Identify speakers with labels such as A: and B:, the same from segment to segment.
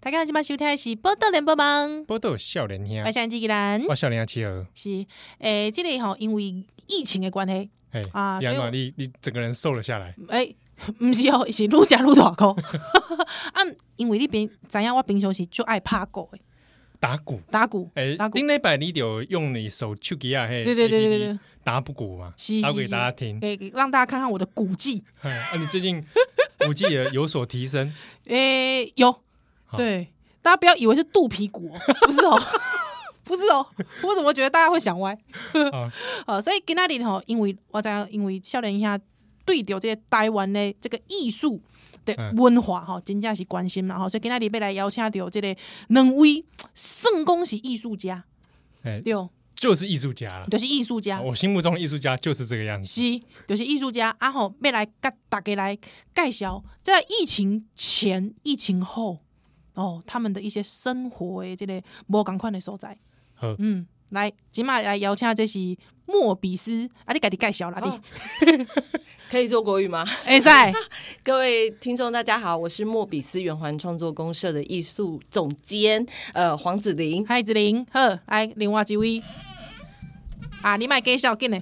A: 大家今晚收听的是《报道联播网》，
B: 波豆笑脸兄
A: 我，哎是安吉吉兰，
B: 我笑脸兄企鹅，
A: 是诶，这里吼因为疫情的关系，
B: 哎
A: 啊，所
B: 杨
A: 以
B: 导，
A: 我嗯
B: 你你整个人瘦了下来，
A: 诶， 毋是哦，是愈食愈大箍 啊，因为你平知影我平常时就爱拍鼓的，
B: 打鼓。
A: 打鼓，
B: 哎
A: 打，鼓
B: 顶礼拜你就用你手手机啊，嘿，
A: 对对对对对对，
B: 打鼓嘛
A: 是，
B: 打
A: 是
B: 鼓给
A: 是
B: 大家听。
A: 诶，让大家看看我的鼓技，
B: 哎啊，你最近武技也有所提升，
A: 诶，有，
B: 好
A: 对，大家不要以为是肚皮鼓哦，不是 哦。不是哦，我怎么觉得大家会想歪？
B: 啊
A: 呃，所以今仔日吼，因为我知影，因为少年兄对着这个台湾的这个艺术的
B: 嗯
A: 文化吼，真正是关心啦吼，所以今仔日要来邀请到这个两位算讲是艺术家，
B: 哎，
A: 对，
B: 就是艺术家了。
A: 就是艺术家，
B: 我心目中的艺术家就是这个样子。
A: 是就是艺术家，啊吼，要来甲大家来介绍在疫情前、疫情后哦，他们的一些生活的这个无共款的所在，
B: 好
A: 嗯，来，即马来邀请这是莫比斯，啊，你家己介绍啦，你
C: 哦可以做国语吗？
A: 会使。
C: 各位听众，大家好，我是莫比斯圆环创作公社的艺术总监，呃，黄子玲。
A: 嗨，子玲，好，来另外一位啊，你卖介绍紧嘞，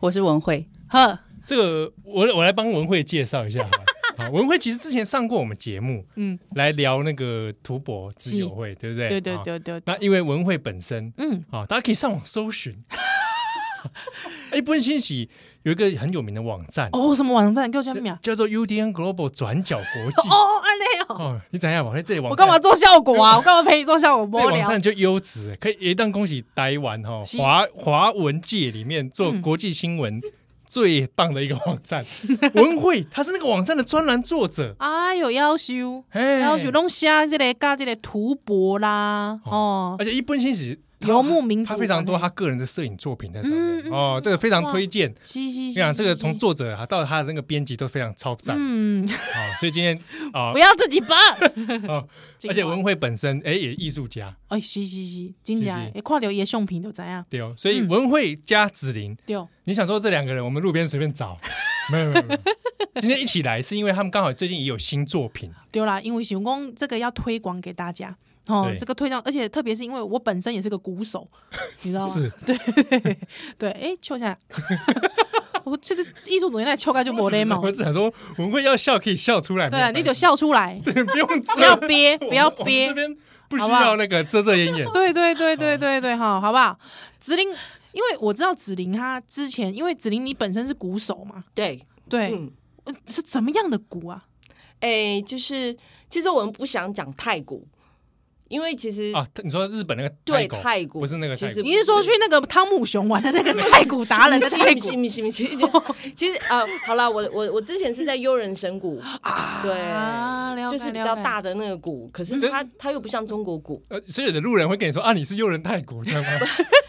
D: 我是文慧，
A: 好，
B: 这个我我来帮文慧介绍一下好 了。好，文慧其实之前上过我们节目，
A: 嗯，
B: 来聊那个图博自由会，对不对？
A: 对对
B: 啊。
A: 对对，对
B: 那因为文慧本身
A: 嗯，
B: 啊，大家可以上网搜寻。 哎，不是欣喜有一个很有名的网站，
A: 哦，什么网站叫什么名？啊
B: 叫做 UDN Global 转角国际。
A: 哦，安尼哦，
B: 哦，你怎样吧？这里网
A: 我干嘛
B: 站
A: 做效果 啊？我干嘛陪你做效果？
B: 这
A: 无
B: 网
A: 聊
B: 站就优质，可以一旦恭喜台湾哈
A: 是
B: 华华文界里面做
A: 嗯
B: 国际新闻最棒的一个网站。 文慧，她是那个网站的专栏作者，
A: 哎呦，要修，
B: 哎，
A: 要修，拢写这个加这个图博啦，哦
B: 而，且一本先是
A: 游牧民族，嗯
B: 他非常多他个人的摄影作品在上面哦，这个非常推荐。
A: 是，是是
B: 你
A: 是，
B: 想这个
A: 是
B: 从，作者啊到他的那个编辑都非常超赞
A: 嗯，
B: 啊，所以今 天啊
A: 不要哦自己 拔，
B: 啊，
A: 真
B: 而且
A: 好
B: 文慧本身哎也艺术家
A: 哎，是是是，真正
B: 是是
A: 诶，看到伊的相片就知影，
B: 对哦，所以
A: 嗯
B: 文慧加子琳
A: 对，
B: 你想说这两个人，我们路边随便找，没有没有没有。今天一起来是因为他们刚好最近也有新作品，
A: 对啦，因为想讲这个要推广给大家。哦
B: 对，
A: 这个推广，而且特别是因为我本身也是个鼓 手，你知道吗？
B: 是，
A: 对，哎，秋下， 我这个艺术总监在秋干就抹嘞嘛
B: 我只想说，文慧要笑可以笑出来，
A: 对啊，你
B: 没有
A: 就
B: 关系
A: 笑出 来，
B: 不用遮
A: 不要憋，
B: 我
A: 不要
B: 我们
A: 憋
B: 这，边不需
A: 好不好
B: 要那个遮遮掩掩。
A: 对对对对对对，哈，好不好？子玲，因为我知道子玲她之前，因为子玲你本身是鼓手嘛，
C: 对，
A: 对，呃
C: 嗯，
A: 是怎么样的鼓啊？
C: 哎、就是其实我们不想讲太古，因为其实、
B: 啊，你说日本那个
C: 对
B: 狗
C: 太古
B: 不是那个
C: 其
B: 泰国
C: 实
A: 你是说去那个汤姆熊玩的那个太鼓达人的太 鼓
C: 不行不行不行，其实啊、呃好啦，我我我之前是在悠人神谷，
A: 啊？
C: 对
A: 了解
C: 就是比较
A: 了解
C: 大的那个谷，可是它它又不像中国谷。
B: 呃，所以有的路人会跟你说啊，你是诱人太古，知道吗？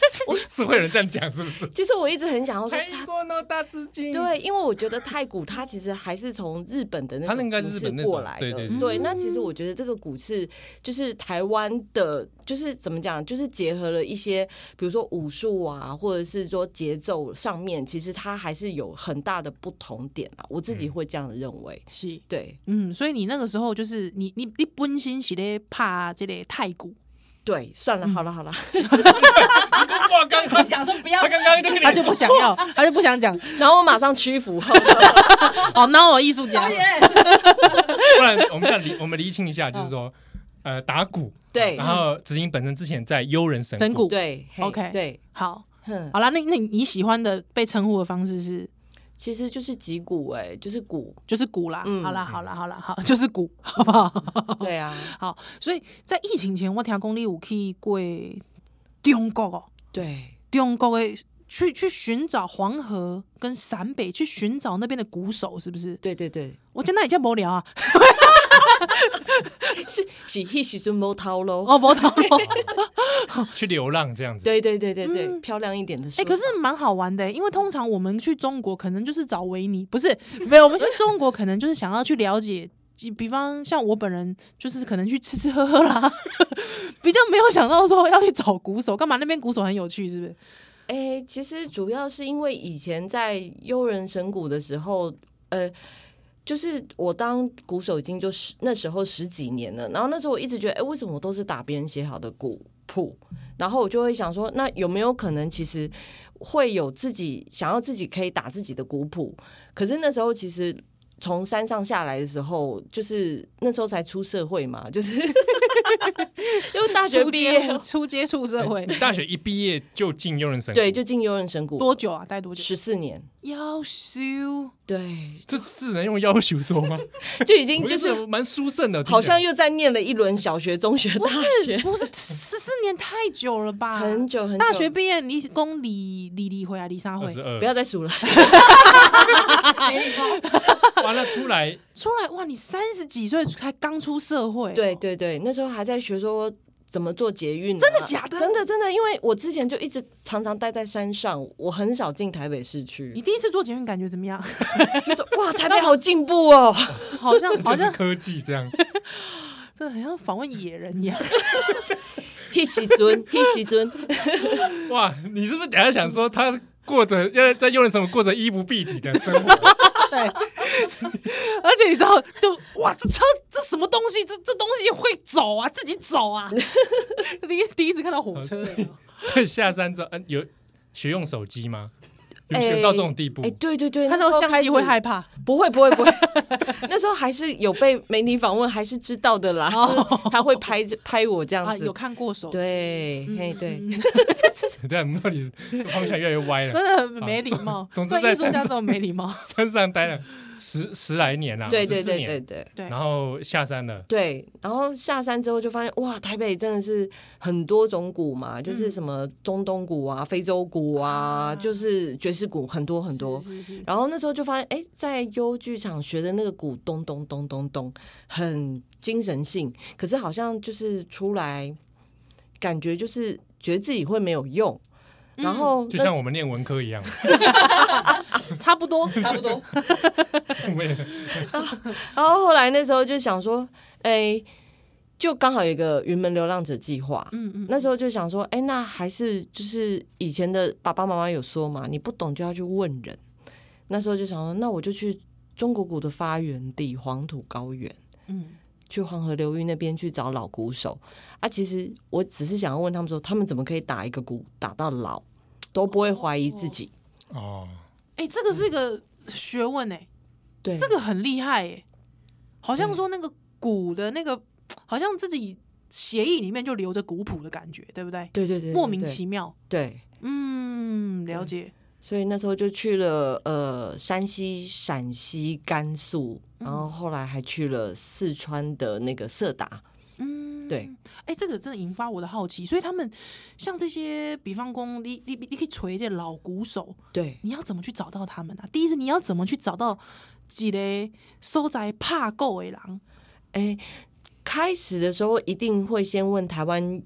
B: 是会有人这样讲，是不是？
C: 其实我一直很想要说
B: 泰
C: 它，
B: 国那大资金，
C: 对，因为我觉得太古它其实还是从日本的那
B: 它那应该
C: 种
B: 是日
C: 形式
B: 本那种
C: 过来的，
B: 对对对
C: 那其实我觉得这个股是就是台湾的，就是怎么讲，就是结合了一些，比如说武术啊，或者是说节奏上面，其实它还是有很大的不同点啊。我自
B: 嗯
C: 己会这样认为，
A: 是。
C: 对
A: 嗯，所以你那个时候就是你你你本身是咧拍这个太鼓，
C: 对，算了，好了好了，
B: 哇，刚 刚
D: 想说不要
B: 他刚刚就跟
A: 他
B: 你
A: 啊就
B: 说
A: 不想要，他就不想讲。
C: 然后我马上屈 服。
A: 哦，那我艺术家，
B: 不然我们要理我们厘清一下，就是说，呃，打鼓
C: 嗯对
B: 然后子英本身之前在悠人神
A: 整
B: 鼓
A: 蛊
C: 对嘿
A: OK
C: 对，
A: 好，
C: 哼，
A: 好啦，那那你喜欢的被称呼的方式是
C: 其实就是击鼓哎、就是鼓，
A: 就是鼓啦，
C: 嗯
A: 好啦，好啦，好啦，好，就是鼓，好不好？
C: 对啊，
A: 好，所以在疫情前，我听讲你有去过中国哦，
C: 对。
A: 中国的去去寻找黄河跟陕北，去寻找那边的鼓手，是不是？
C: 对 对对，
A: 我真的也叫无 聊啊，
C: 是是迄时阵无偷咯。
A: 哦，无头。
B: 去流浪这样子。
C: 对对对对对，漂亮一点 的
A: 哎、
C: 说法。
A: 可是蛮好玩的、因为通常我们去中国可能就是找维尼，不是没有，我们去中国可能就是想要去了解，就比方像我本人就是可能去吃吃喝喝啦， 比较没有想到说要去找鼓手，干嘛那边鼓手很有趣，是不是？
C: 哎、其实主要是因为以前在悠人神谷的时候，呃，就是我当鼓手已经就十那时候十几年了，然后那时候我一直觉得，哎、为什么我都是打别人写好的鼓谱？然后我就会想说，那有没有可能其实会有自己想要自己可以打自己的鼓谱？可是那时候其实从山上下来的时候，就是那时候才出社会嘛，就是 因为大学
A: 初
C: 毕业哦
A: 接初接触社会
B: 你大学一毕业就进幽人神谷，
C: 对，就进游人神谷
A: 多久啊？待多久？
C: 十四年，
A: 要修
C: 对，
B: 这是能用要求说吗？
C: 就已经
B: 我觉
C: 就
B: 得这
C: 是
B: 个蛮殊胜的，
C: 好像
B: 听
C: 又在念了一轮小学、中学、大学，
A: 不是十四年太久了吧？
C: 很久很久
A: 大学毕业，你公李李李回啊，李三
B: 起来
A: 回
B: 二十二，
C: 不要再数了，
B: 完了出 来，
A: 出来哇！你三十几岁才刚出社会哦，
C: 对对对，那时候还在学说怎么做捷运啊、真
A: 的假的
C: 真的真的，因为我之前就一直常常待在山上，我很少进台北市区
A: 你，第一次做捷运感觉怎么样？
C: 就说哇，台北好进步哦，
A: 好像 好
B: 就是
A: 像
B: 科技这样，
A: 真的很像访问野人一样。
C: 一起尊一起尊，
B: 哇！你是不是等一下想说他过着要在幽人神谷过着衣不蔽体的生活？
A: 对， 而且你知道，就哇，这车这什么东西？这这东西会走啊，自己走啊。 第一第一次看到火车，
B: 所以下山之后，嗯，有学用手机吗？有学到这种地步
C: 哎、？对对对，
A: 看
C: 那
A: 到
C: 时候
A: 相
C: 开
A: 机
C: 始
A: 会害怕。
C: 不会不会 不会，那时候还是有被媒体访问，还是知道的啦，就是他会拍拍我这
A: 哦啊，
C: 样子
A: 有，看过手机，嗯
C: 对，嘿对。
B: 对，我们到底方向越来越歪了。
A: 真的很没礼貌。
B: 总总之
A: 做
B: 在
A: 艺术家这种没礼貌，
B: 山上待了十十来年啦，
C: 对对
B: 14
C: 对
B: 年
C: 对对
A: 对
B: 然后下山了，
C: 对，然后下山之后就发现哇，台北真的是很多种鼓嘛，就是什么中东鼓啊、非洲鼓啊，
A: 嗯啊
C: 就是爵士鼓，很多很多。
A: 是是是
C: 然后那时候就发现，哎，在优剧场学的那个鼓咚咚咚咚咚，很精神性，可是好像就是出来，感觉就是觉得自己会没有用。
A: 嗯
C: 然后
B: 就
C: 那
B: 像我们念文科一样，
A: 差不 多，差不多。
B: 我们 也
C: 然后后来那时候就想说，哎，就刚好有一个云门流浪者计划，
A: 嗯嗯，
C: 那时候就想说，哎、那还是就是以前的爸爸妈妈有说嘛，你不懂就要去问人。那时候就想说，那我就去中国鼓的发源地黄土高原，
A: 嗯，
C: 去黄河流域那边去找老鼓手啊。其实我只是想要问他们说，他们怎么可以打一个鼓打到老，都不会怀疑自己。
B: 哦，
A: 哎，这个是一个学问哎，
C: 对，
A: 这个很厉害哎，好像说那个鼓的那个，好像自己协议里面就留着古谱的感觉，对不对？
C: 对对对，对
A: 莫名
C: 对
A: 其妙，
C: 对。
A: 嗯，了解。
C: 所以那时候就去了呃山西、陕西、甘肃，然后后来还去了四川的那个色达。
A: 嗯，
C: 对，
A: 哎、这个真的引发我的好奇，所以他们像这些，比方说你你你可以锤这老鼓手，
C: 对，
A: 你要怎么去找到他们啊？第一是你要怎么去找到几个收在怕够的狼？
C: 哎，开始的时候一定会先问台湾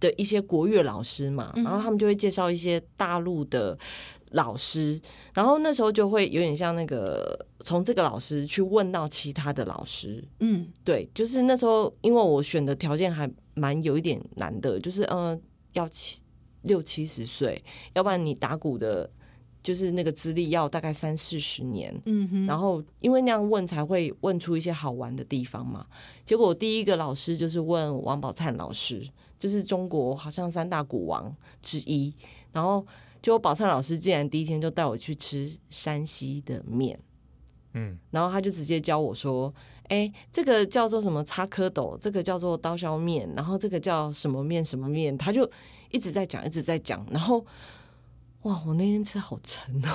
C: 的一些国乐老师嘛，
A: 嗯哼
C: 然后他们就会介绍一些大陆的老师，然后那时候就会有点像那个从这个老师去问到其他的老师，
A: 嗯，
C: 对，就是那时候因为我选的条件还蛮有一点难的，就是呃要七六七十岁，要不然你打鼓的，就是那个资历要大概三四十年，
A: 嗯哼，
C: 然
A: 后
C: 后因为那样问才会问出一些好玩的地方嘛。结果我第一个老师就是问王宝灿老师，就是中国好像三大古王之一。然后结果宝灿老师竟然第一天就带我去吃山西的面，
B: 嗯，
C: 然后他就直接教我说：“哎，这个叫做什么擦蝌蚪，这个叫做刀削面，然后这个叫什么面什么面。”他就一直在讲，一直在讲，然后。哇！我那天吃好沉哦。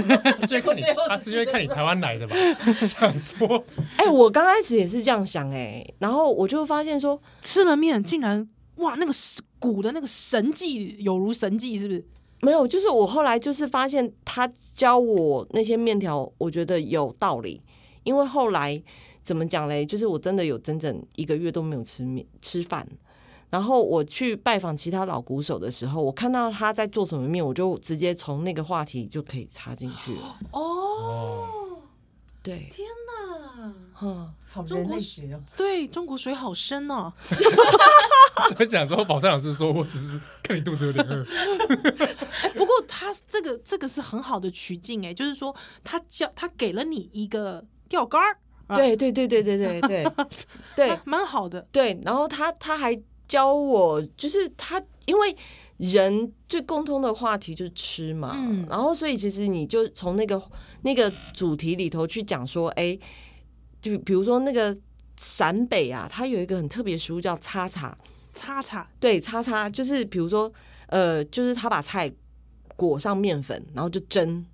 B: 他是因为看你，他是因为看你台湾来的吧？ 想说
C: 哎、我刚开始也是这样想哎、然后我就发现说，
A: 吃了面，竟然哇，那个神鼓的那个神迹有如神迹，是不是？
C: 没有，就是我后来就是发现他教我那些面条，我觉得有道理，因为后来怎么讲嘞？就是我真的有整整一个月都没有吃面吃饭。然后我去拜访其他老鼓手的时候，我看到他在做什么面，我就直接从那个话题就可以插进去了。
A: 哦，
C: 对，
A: 天哪！
C: 嗯，
D: 好
A: 中
D: 人
A: 国
D: 类学哦，
A: 对中国水好深哦，
B: 我想说，宝山老师说我只是看你肚子有点饿，
A: 哎不过他这个这个是很好的取径哎、就是说他教他给了你一个钓竿儿，啊
C: 对对对对对对对对
A: 啊蛮好的。
C: 对，然后他他还教我，就是他因为人最共通的话题就是吃嘛，
A: 嗯
C: 然后所以其实你就从那个那个主题里头去讲说，哎，就比如说那个陕北啊，它有一个很特别的食物叫叉叉，
A: 叉叉，
C: 对，叉叉就是比如说呃，就是他把菜裹上面粉，然后就蒸，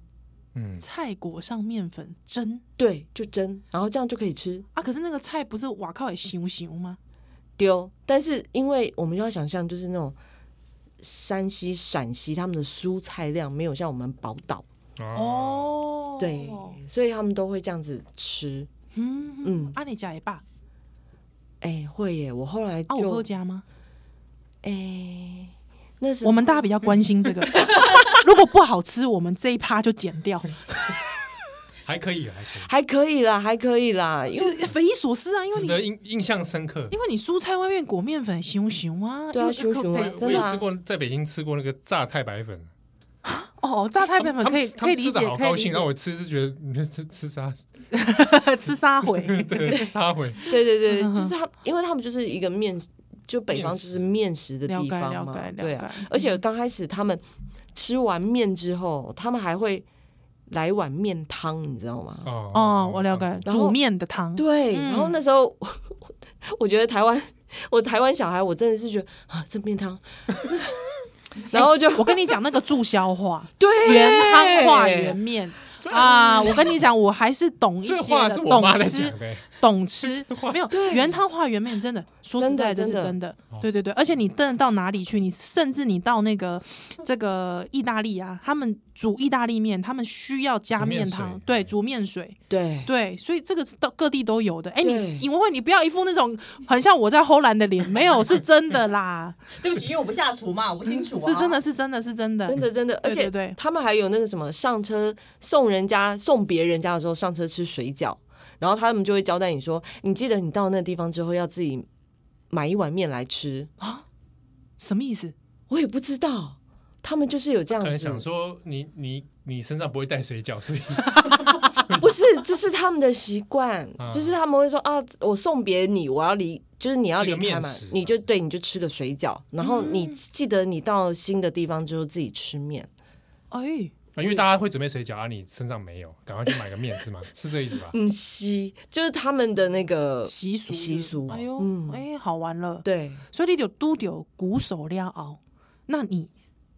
B: 嗯，
A: 菜裹上面粉蒸
C: 对，就蒸，然后这样就可以吃。
A: 啊！可是那个菜不是瓦靠也熊熊吗？
C: 丢，但是因为我们要想象，就是那种山西、陕西他们的蔬菜量没有像我们宝岛，
B: 哦，
A: 哦，
C: 对，所以他们都会这样子吃。
A: 嗯嗯
C: 嗯，
A: 啊，你家也罢
C: 哎、会耶！我后来
A: 啊，我
C: 就
A: 喝家吗？
C: 哎、那时候
A: 我们大家比较关心这个。 如果不好吃，我们这一趴就剪掉。
B: 还可以，还可以，
C: 还可以啦，还可以啦，因为
A: 匪夷所思啊，因为
B: 值
A: 你
B: 得印印象深刻。
A: 因为你蔬菜外面裹面粉，熊熊啊，
C: 对
A: 因
C: 啊
A: 为可
C: 熊熊啊
A: 对
B: 我
C: 真的
B: 也
C: 啊
B: 吃过，在北京吃过那个榨太白粉，
A: 哦，榨太白粉
B: 他
A: 可
B: 们
A: 以
B: 他
A: 可以理
B: 们吃
A: 解
B: 的好，
A: 可以
B: 高
A: 理
B: 兴，啊然后
A: 解。
B: 我吃就觉得你这吃啥？
A: 吃沙回，
B: 对，撒回
C: 对对对，
A: 嗯
C: 就
A: 哼
C: 是他，因为他们就是一个面，就北方就是面食的
A: 了
C: 地
A: 解
C: 方
A: 了
C: 嘛
A: 解，
C: 对
A: 了
C: 啊。
A: 解。嗯
C: 而且刚开始他们吃完面之后，他们还会来碗面汤，你知道吗？
B: 哦
A: 哦，我了。解
B: 嗯
C: 然后
A: 煮面的汤，
C: 对，然后
A: 嗯
C: 那时候我 我我觉得台湾，我台湾小孩，我真的是觉得啊，这面 汤，然后就
A: 我跟你讲那个助消 化，
C: 对
A: 哎原汤化原面
B: 是
A: 啊！我跟你讲，我还是懂一
B: 这
A: 些
B: 话
A: 的，
B: 是我妈
A: 懂
B: 在
A: 吃
B: 讲的，
A: 懂吃
B: 话，
A: 没有
C: 对
A: 原汤化原面，真的说实
C: 真的
A: 在，这是
C: 真的
A: 真的
B: 哦。
A: 对对对，而且你真的到哪里去，你甚至你到那个这个意大利啊，他们煮意大利面，他们需要加
B: 煮面
A: 面
B: 水
A: 汤，对，煮面水，
C: 对
A: 对，所以这个是到各地都有的。哎，你
C: 对
A: 尹文慧，你不要一副那种很像我在偷懒的脸，没有，是真的 啦，
D: 对不起，因为我不下厨嘛，我不清楚啊。
A: 是真的，是真的，是真的，
C: 真的真的，而
A: 对对
C: 且
A: 对
C: 他们还有那个什么上车送人家送别人家的时候上车吃水饺，然后他们就会交代你说，你记得你到那地方之后要自己买一碗面来吃。
A: 什么意思？
C: 我也不知道，他们就是有这样
B: 可能
C: 子，
B: 想说你你你身上不会带水饺， 所以
C: 不是，这是他们的习惯，
B: 嗯
C: 就是他们会说啊，我送别你，我要离，就是你要离
B: 吃个
C: 开
B: 面
C: 嘛
B: 食，啊
C: 你就对，你就吃个水饺，然后你记得你到新的地方之后自己吃面。呃
A: 哎，
B: 啊因为大家会准备水饺，啊，你身上没有，赶快去买个面是吗？是这意 思吧？
C: 嗯，西就是他们的那个，
A: 习俗
C: 习俗
A: 哎呦，
C: 嗯
A: 哎，好玩了。
C: 对，
A: 所以你有都有鼓手了熬，那你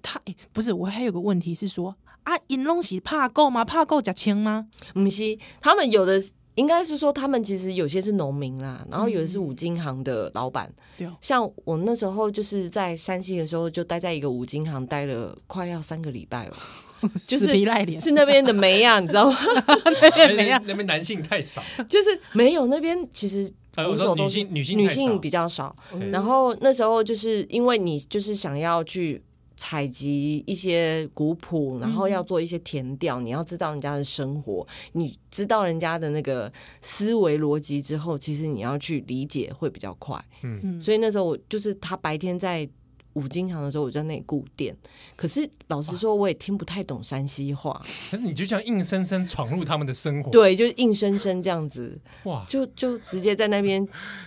A: 他、诶不是我还有个问题是说啊，银龙是怕够吗？怕够假青吗？
C: 嗯西，他们有的应该是说他们其实有些是农民啦，然后有的是五金行的老板，
A: 对哦，
C: 像我那时候就是在山西的时候，就待在一个五金行待了快要三个礼拜 哦，就是
A: 死皮赖脸，
C: 是那边的梅啊亚，你知 道吗？
B: 那边
A: 没有
B: 那边男性太少，
C: 就是没有那边其实
B: 呃，
C: 鼓
B: 我
C: 手
B: 说
C: 都
B: 女
C: 是
B: 性女性
C: 女
B: 太少
C: 性比较少。
B: 对
C: 然后那时候就是因为你就是想要去采集一些古谱，然
B: 嗯
C: 后要做一些填调，你要知道人家的生活，你知道人家的那个思维逻辑之后，其实你要去理解会比较快。
B: 嗯，
A: 嗯，
C: 所以那时候我就是他白天在。五金行的时候，我在那里顾店，可是老实说，我也听不太懂山西话，
B: 可是你就这样硬生生闯入他们的生活，
C: 对，就硬生生这样子，
B: 哇，
C: 就就直接在那边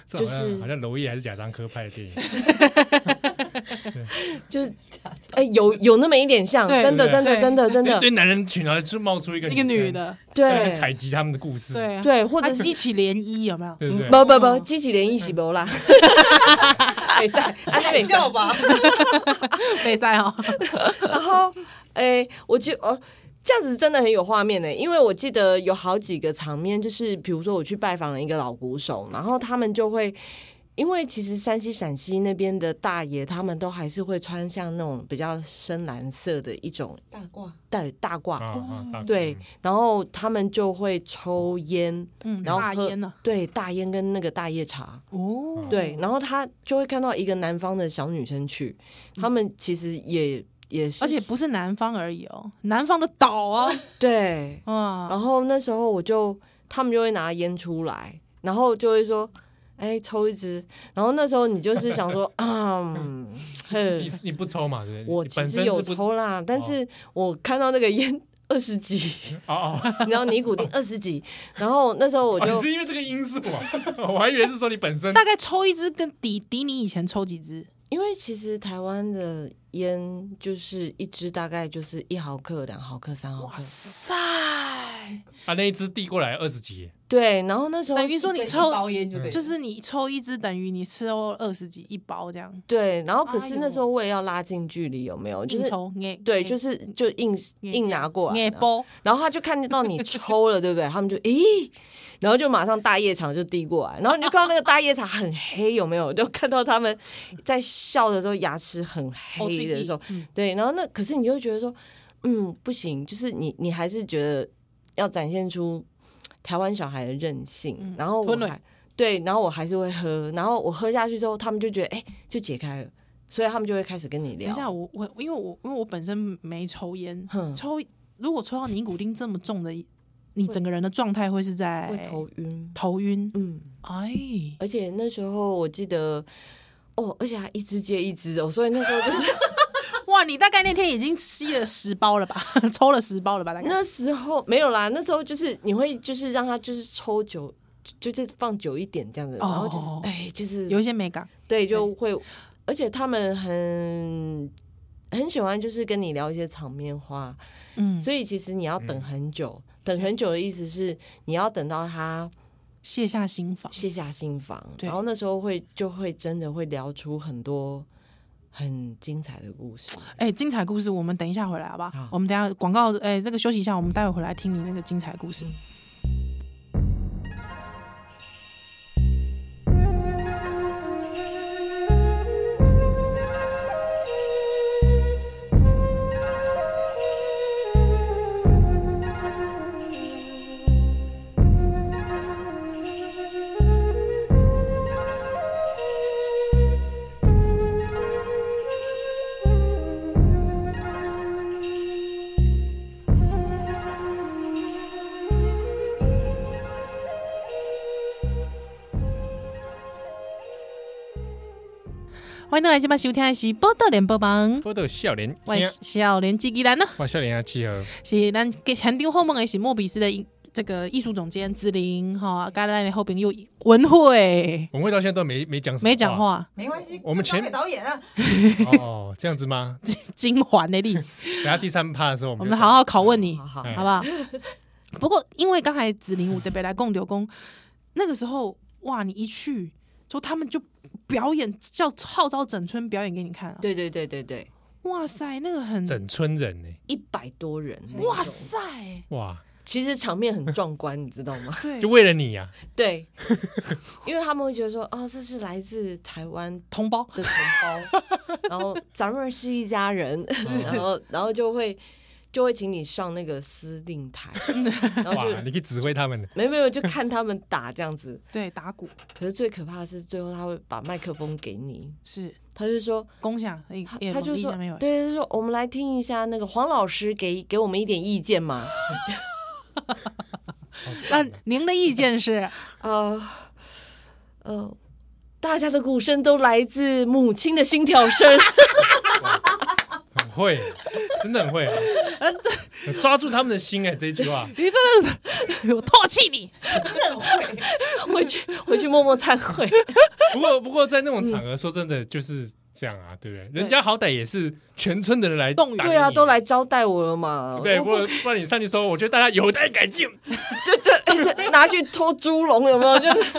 B: 这好像
C: 就是
B: 好像娄烨还是贾樟柯拍的电影，
C: 就是，哎、有有那么一点像，
A: 对
C: 真的，
B: 对
C: 真的，
A: 对
C: 真的，真
B: 一
C: 的，
B: 堆男人群，然啊后就冒出一个
A: 一个
B: 生
A: 女，的，
B: 在那边
C: 对
B: 采集他们的故事，
A: 对啊，
C: 对，或
A: 她
C: 者是
A: 激起涟漪有没 有？
B: 对不对？
C: 不不
A: 哦
C: 不，激起涟漪是不啦？没事，啊那
D: 海
C: 没事
D: 啸吧？
A: 备赛哦，
C: 然后，哎、我就哦。这样子真的很有画面呢、因为我记得有好几个场面，就是比如说我去拜访了一个老鼓手，然后他们就会，因为其实山西、陕西那边的大爷，他们都还是会穿像那种比较深蓝色的一种
D: 大褂，
C: 大大褂，
B: 啊啊，大
C: 对，然后他们就会抽烟，
A: 嗯，
C: 然后
A: 大
C: 喝
A: 烟呢？
C: 对大烟跟那个大叶茶，
A: 哦，
C: 对，然后他就会看到一个南方的小女生去，
B: 嗯
C: 他们其实也也是，
A: 而且不是南方而已哦，南方的岛啊，
C: 对，
A: 哇，
C: 然后那时候我就他们就会拿烟出来，然后就会说。哎，抽一支，然后那时候你就是想 说，啊，嗯
B: 你
C: 嘿
B: 你不抽嘛？对不对，
C: 我
B: 你
C: 其
B: 本
C: 实
B: 身是
C: 有
B: 不哦
C: 抽啦，但是我看到那个烟， 二十集，
B: 哦哦，
C: 然后尼 古丁二十集，然后那时 候我
B: 哦
C: 就、
B: 你是因为这个因素啊？ 我还以为是说你本身
A: 大概抽一支跟抵抵你以前抽几支，
C: 因为其实台湾的烟就是一支大概就是一毫克、两毫克、三毫克
A: 哇，塞！
B: 把那一支递过来二十几，
C: 对，然后那时候
A: 等于说你
D: 对
A: 抽
D: 一包烟就对了，
A: 就是你抽一支等于你吃了二十几一包这样，
C: 对，然后可
A: 哎
C: 是
A: 呦
C: 那时候我也要拉近距离，有没有？就
A: 硬
C: 是
A: 抽，硬
C: 对，
A: 硬
C: 就是就硬
A: 硬
C: 硬拿过来，
A: 硬
C: 然后
A: 包，哦
C: 然后他就看到你抽了，对不对？他们就咦，然后就马上大夜场就递过来，然后你就看到那个大夜场很黑，有没有？就看到他们在笑的时候牙齿
A: 哦
C: 很黑的时候，
A: 嗯
C: 对，然后那可是你就会觉得说，嗯，不行，就是你你还是觉得要展现出台湾小孩的任性，
A: 嗯
C: 然后我
A: 吞了
C: 还对，然后我还是会喝，然后我喝下去之后，他们就觉得哎、就解开了，所以他们就会开始跟你
A: 等一下，
C: 聊。
A: 我我因为我因为我本身没抽烟，
C: 哼
A: 抽如果抽到尼古丁这么重的，你整个人的状态会是在
C: 会头晕，
A: 头晕，
C: 嗯。
A: 哎，
C: 而且那时候我记得，哦，而且还一支接一支哦，所以那时候就是
A: 哇，你大概那天已经吸了十包了吧， 抽了十包了吧，大概
C: 那时候没有啦，那时候就是你会就是让他就是抽酒，就就是放久一点这样子，然后就是
A: 哦
C: 哎、就是
A: 有一些美感，
C: 对就会，而且他们很很喜欢就是跟你聊一些场面话，
A: 嗯，
C: 所以其实你要等
B: 嗯
C: 很久，等很久的意思是你要等到他
A: 卸下心防，
C: 卸下心房，
A: 对
C: 然后那时候会就会真的会聊出很多很精彩的故事。
A: 哎、精彩故事，我们等一下回来好不好？
C: 好
A: 我们等一下广告，哎、这个休息一下，我们待会回来听你那个精彩故事。
C: 嗯
A: 欢迎到来今晚收听的是《报道联播网》，
B: 我的笑脸，啊
A: 我是小莲基吉兰呢，
B: 哇，笑脸啊要集合，
A: 是咱给前丢后梦的是莫比斯的艺这个艺术总监子玲哈，刚才的后边又文慧
B: 我们会到现在都没没讲什么
A: 没讲话，
D: 没关系，
B: 我们
D: 就
B: 前
D: 交给导演啊，
B: 哦，这样子吗？
A: 金环的 力，
B: 等下第三趴的时候，我
A: 我
B: 们就
A: 们好好拷问你，
C: 好
A: 好
C: 好
B: 嗯
A: 不好？不过因为刚才子玲我特别来共流工，那个时候哇，你一去之后他们就表演叫号召整村表演给你看啊，
C: 对对对对对，
A: 哇塞，那个很
B: 整村人呢，
C: 一百多人，
A: 哇
C: 哇！
A: 塞，
B: 哇，
C: 其实场面很壮观，你知道 吗？
A: 对
B: 就，为了你啊呀，
C: 对，因为他们会觉得说，哦，这是来自台湾
A: 同胞
C: 的同胞，然后咱们是一家人，
A: 嗯
C: 然后然后就会就会请你上那个司令台，
A: 嗯
C: 然后
B: 哇，
C: 啊就
B: 你可以指挥他们的，
C: 没有没有就看他们打这样子。
A: 对打鼓
C: 可是最可怕的是，最后他会把麦克风给你，
A: 是
C: 他就说，
A: 共享，
C: 他
A: 也
C: 他就
A: 猛力
C: 说
A: 下面有，
C: 对，他说我们来听一下那个黄老师给给我们一点意见嘛。
B: 好
A: 那
B: 赞啊
A: 您的意见 是？
C: 呃呃，大家的鼓声都来自母亲的心跳声。
B: 很会，真的很会啊，抓住他们的心哎，这一句话，
A: 你真的是，我唾弃你！
D: 真的很会。
C: 回去回去默默忏悔。
B: 不过不过在那
C: 嗯
B: 种场合，说真的就是这样啊，对不对？人家好歹也是全村的人来
A: 动员
B: 打
C: 对啊，
B: 你
C: 都来招待我了嘛。
B: 对，
C: 我
B: 我不然你上去说，我觉得大家有待改 进。
C: 就 就哎拿去拖猪笼有没有？ 就是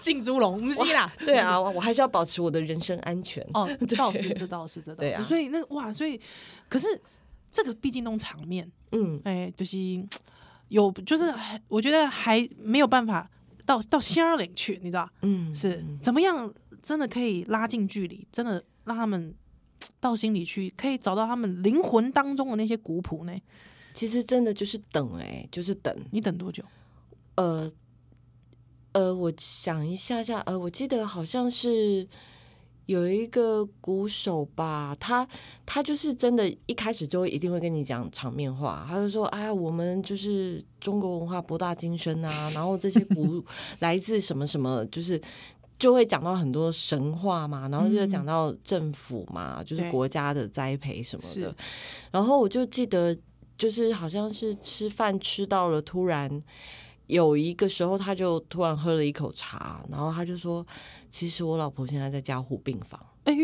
A: 进猪 笼，我们是啦。
C: 对啊，我还是要保持我的人身安全。
A: 哦，这倒是，这倒是，这倒
C: 对
A: 是。
C: 啊
A: 所以那哇，所以可是这个毕竟弄场面，
C: 嗯，
A: 哎，就是有，就是还我觉得还没有办法到到仙儿岭去，你知道？
C: 嗯，
A: 是怎么样？真的可以拉近距离，真的让他们到心里去，可以找到他们灵魂当中的那些古朴呢？
C: 其实真的就是等哎、就是等。
A: 你等多久？
C: 呃呃，我想一下下，呃，我记得好像是有一个鼓手吧，他他就是真的，一开始就会一定会跟你讲场面话，他就说：“哎，我们就是中国文化博大精深啊，然后这些鼓 来自什么什么，就是。”就会讲到很多神话嘛，然后就会讲
A: 嗯
C: 到政府嘛，就是
A: 对
C: 国家的栽培什么
A: 是
C: 的。然后我就记得就是好像是吃饭吃到了，突然有一个时候他就突然喝了一口茶，然后他就说，其实我老婆现在在加护病房。
A: 哎，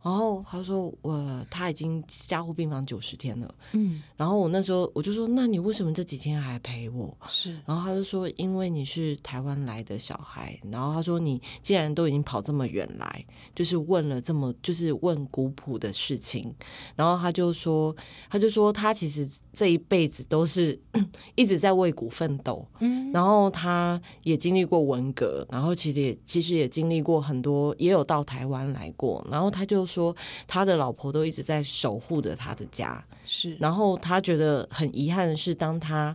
C: 然后他说我他已经加护病房九十天了，
A: 嗯，
C: 然后我那时候我就说，那你为什么这几天还陪我？
A: 是
C: 然后他就说，因为你是台湾来的小孩，然后他说你既然都已经跑这么远来，就是问了这么就是问古朴的事情，然后他就说，他就说他其实这一辈子都是 一直在为古奋斗，
A: 嗯，
C: 然后他也经历过文革，然后其实也其实也经历过很多，也有到台湾来过，然后他就说他的老婆都一直在守护着他的家，
A: 是，
C: 然后他觉得很遗憾的是，当他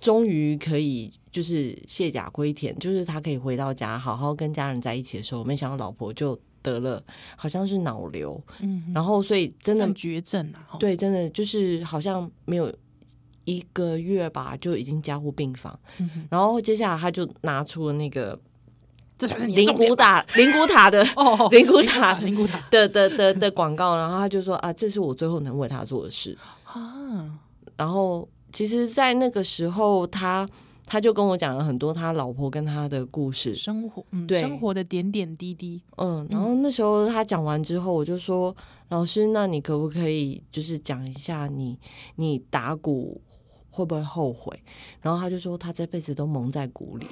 C: 终于可以就是卸甲归田，就是他可以回到家好好跟家人在一起的时候，没想到老婆就得了好像是脑瘤，
A: 嗯，
C: 然后所以真的
A: 算绝症啊，吼，
C: 对，真的就是好像没有一个月吧，就已经加护病房。
A: 嗯哼
C: 然后接下来他就拿出了那个
A: 这才是你的
C: 灵
A: 重点
C: 骨塔，灵骨塔的
A: 哦，哦
C: 灵骨塔
A: 灵骨塔
C: 的的的的广告，然后他就说啊，这是我最后能为他做的事。
A: 啊，
C: 然后其实，在那个时候，他他就跟我讲了很多他老婆跟他的故事，
A: 生活，嗯，
C: 对
A: 生活的点点滴滴，
C: 嗯，然后那时候他讲完之后，我就说，老师，那你可不可以就是讲一下你你打鼓会不会后悔？然后他就说，他这辈子都蒙在鼓里，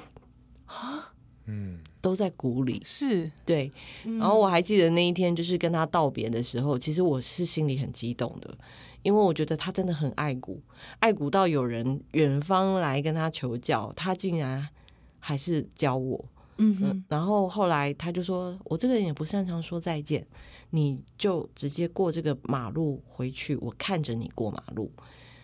B: 嗯，
C: 都在鼓里，
A: 是，
C: 对。
A: 然
C: 然后我还记得那一天，就是跟他道别的时候，其实我是心里很激动的，因为我觉得他真的很爱鼓，爱鼓到有人远方来跟他求教，他竟然还是教我。
A: 嗯
C: 嗯
A: 哼，，
C: 然后后来他就说：“我这个人也不擅长说再见，你就直接过这个马路回去，我看着你过马路。”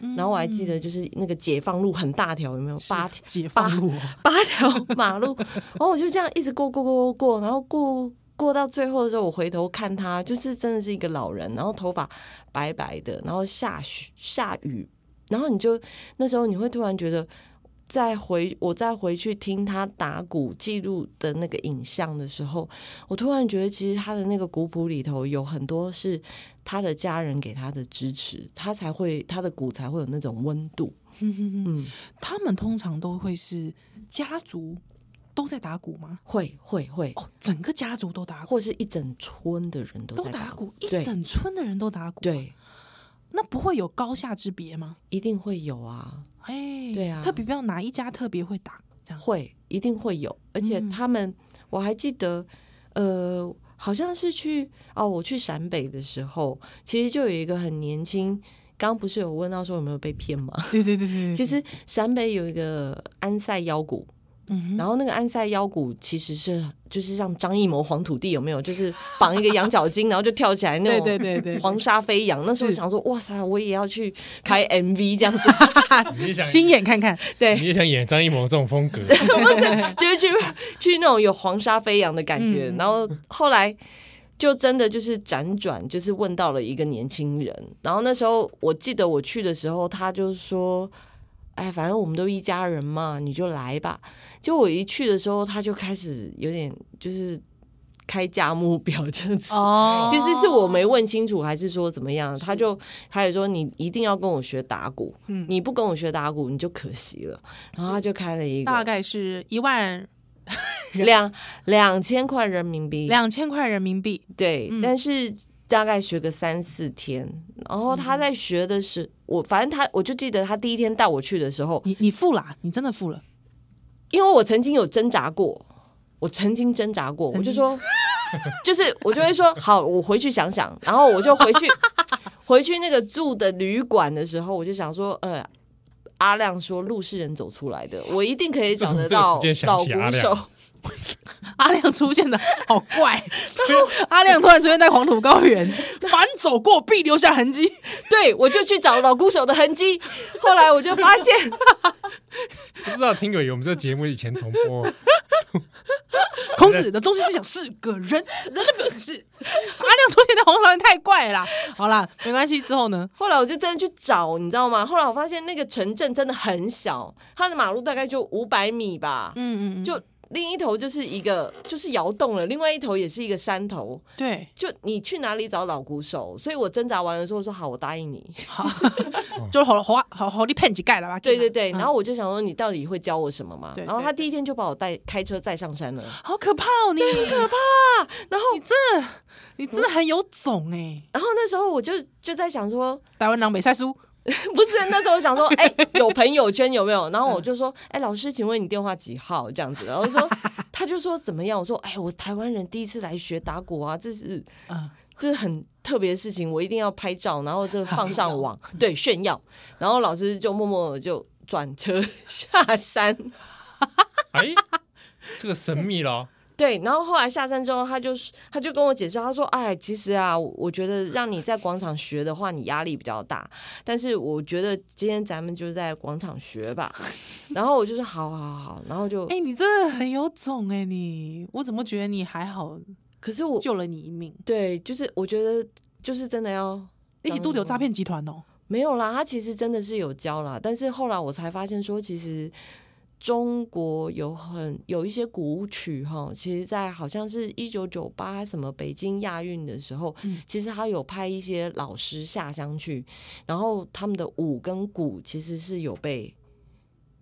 A: 嗯
C: 然后我还记得，就是那个解放路很大条，有没有八条？
A: 解放路哦，
C: 八条马路，然后我就这样一直过过过过过，然后过过到最后的时候，我回头看他，就是真的是一个老人，然后头发白白的，然后下雪下雨，然后你就那时候你会突然觉得，再回我再回去听他打鼓记录的那个影像的时候，我突然觉得其实他的那个古谱里头有很多是他的家人给他的支持，他才会他的鼓才会有那种温度，
A: 嗯哼哼
C: 嗯。
A: 他们通常都会是家族都在打鼓吗？
C: 会会会
A: 哦，整个家族都打鼓，
C: 或是一整村的人都
A: 都
C: 在
A: 打
C: 鼓，
A: 鼓，一
C: 对
A: 整村的人都打鼓，，啊
C: 对，
A: 那不会有高下之别吗？
C: 一定会有啊，
A: 哎，
C: 对啊
A: 特别不要哪一家特别会打，这样
C: 会一定会有，而且
A: 嗯
C: 他们、我还记得，呃，好像是去哦，我去陕北的时候，其实就有一个很年轻，刚刚不是有问到说有没有被骗吗？
A: 对对对对
C: 其，实陕北有一个安塞腰鼓，
A: 嗯
C: 然
A: 哼，
C: 后那个安塞腰鼓其实是就是像张艺谋黄土地有没有？就是绑一个羊角巾，然后 就跳起来那
A: 对
C: 种
A: 对对对，
C: 黄沙飞扬。那时候
A: 是
C: 想说，哇塞，我也要去拍 MV 这样子。
B: 你也想，
A: 亲眼看看，
B: 你
C: 对，
B: 也想演张艺谋这种风格，
C: 就是去去那种有黄沙飞扬的感觉。
A: 嗯
C: 然后后来就真的就是辗转，就是问到了一个年轻人。然后那时候我记得我去的时候，他就说。哎，反正我们都一家人嘛，你就来吧。结果我一去的时候，他就开始有点就是开价目表这样子。
A: 哦
C: 其实是我没问清楚，还是说怎么样？他就还有说你一定要跟我学打鼓，
A: 嗯
C: 你不跟我学打鼓你就可惜了。然后他就开了一个
A: 大概是一万
C: 两两千块人民币，
A: 两千块人民币，
C: 对，
A: 嗯
C: 但是大概学个三四天，然后他在学的
A: 嗯
C: 是、我，反正他我就记得他第一天带我去的时候，
A: 你你付啊啦，你真的付了，
C: 因为我曾经有挣扎过，我曾经挣扎过，我
A: 曾
C: 就
A: 经
C: 说， 就是我就会说， 好，我回去想想，然后我就回去 回去那个住的旅馆的时候，我就想说，呃。阿亮说：“路是人走出来的，我一定可以找得到
B: 为什么这个时间想
C: 老
B: 起阿
C: 鼓
B: 亮
C: 手。”
A: 阿亮出现的好怪， 阿亮突然出现在黄土高 原，凡走过必留下痕迹，
C: 对，我就去找老鼓手的痕迹。后来我就发现，
B: 不知道听友有我们这节目以前重播，
A: 孔子的中心思想是个人，人的表现是阿亮出现在黄土高原太怪了啦。好啦，没关系，之后呢？
C: 后来我就真的去找，你知道吗？后来我发现那个城镇真的很小，它的马路大概就五百米吧，
A: 嗯嗯，嗯
C: 就另一头就是一个就是窑洞了，另外一头也是一个山头。
A: 对，
C: 就你去哪里找老鼓手？所以我挣扎完了之后说好，我答应你。
A: 就好好好好你骗几盖了吧？
C: 对对对，
A: 嗯
C: 然后我就想说你到底会教我什么嘛？
A: 对
C: 然后他
A: 对对
C: 第一天就把我带开车载上 山了。
A: 好可怕哦，你很可怕。
C: 然后
A: 你真的，你真的很有种哎！
C: 然后那时候我就就在想说，
A: 台湾狼北赛书，
C: 不是那时候想说，哎、 有朋友圈有没有？然后我就说，哎、老师，请问你电话几号？这样子，然后说他就说怎么样？我说，哎、我台湾人第一次来学打鼓啊，这是
A: 嗯，
C: 这是很特别的事情，我一定要拍照，然后就放上网，对，炫耀。然后老师就默默地就转车 下山，
B: 哎，这个神秘了，
C: 对，然后后来下山之后，他就是他就跟我解释，他说：“哎，其实啊，我我觉得让你在广场学的话，你压力比较大，但是我觉得今天咱们就在广场学吧。”然后我就说：“好好好好。”然后就，
A: 哎，你真的很有种哎！你，我怎么觉得你还好，
C: 可是我
A: 救了你一命？
C: 对，就是我觉得就是真的要
A: 一起都有诈骗集团哦。
C: 没有啦，他其实真的是有教啦，但是后来我才发现说，其实中国有很有一些古舞曲哈，其实，在好像是一九九八什么北京亚运的时候，
A: 嗯
C: 其实他有派一些老师下乡去，然后他们的舞跟鼓其实是有被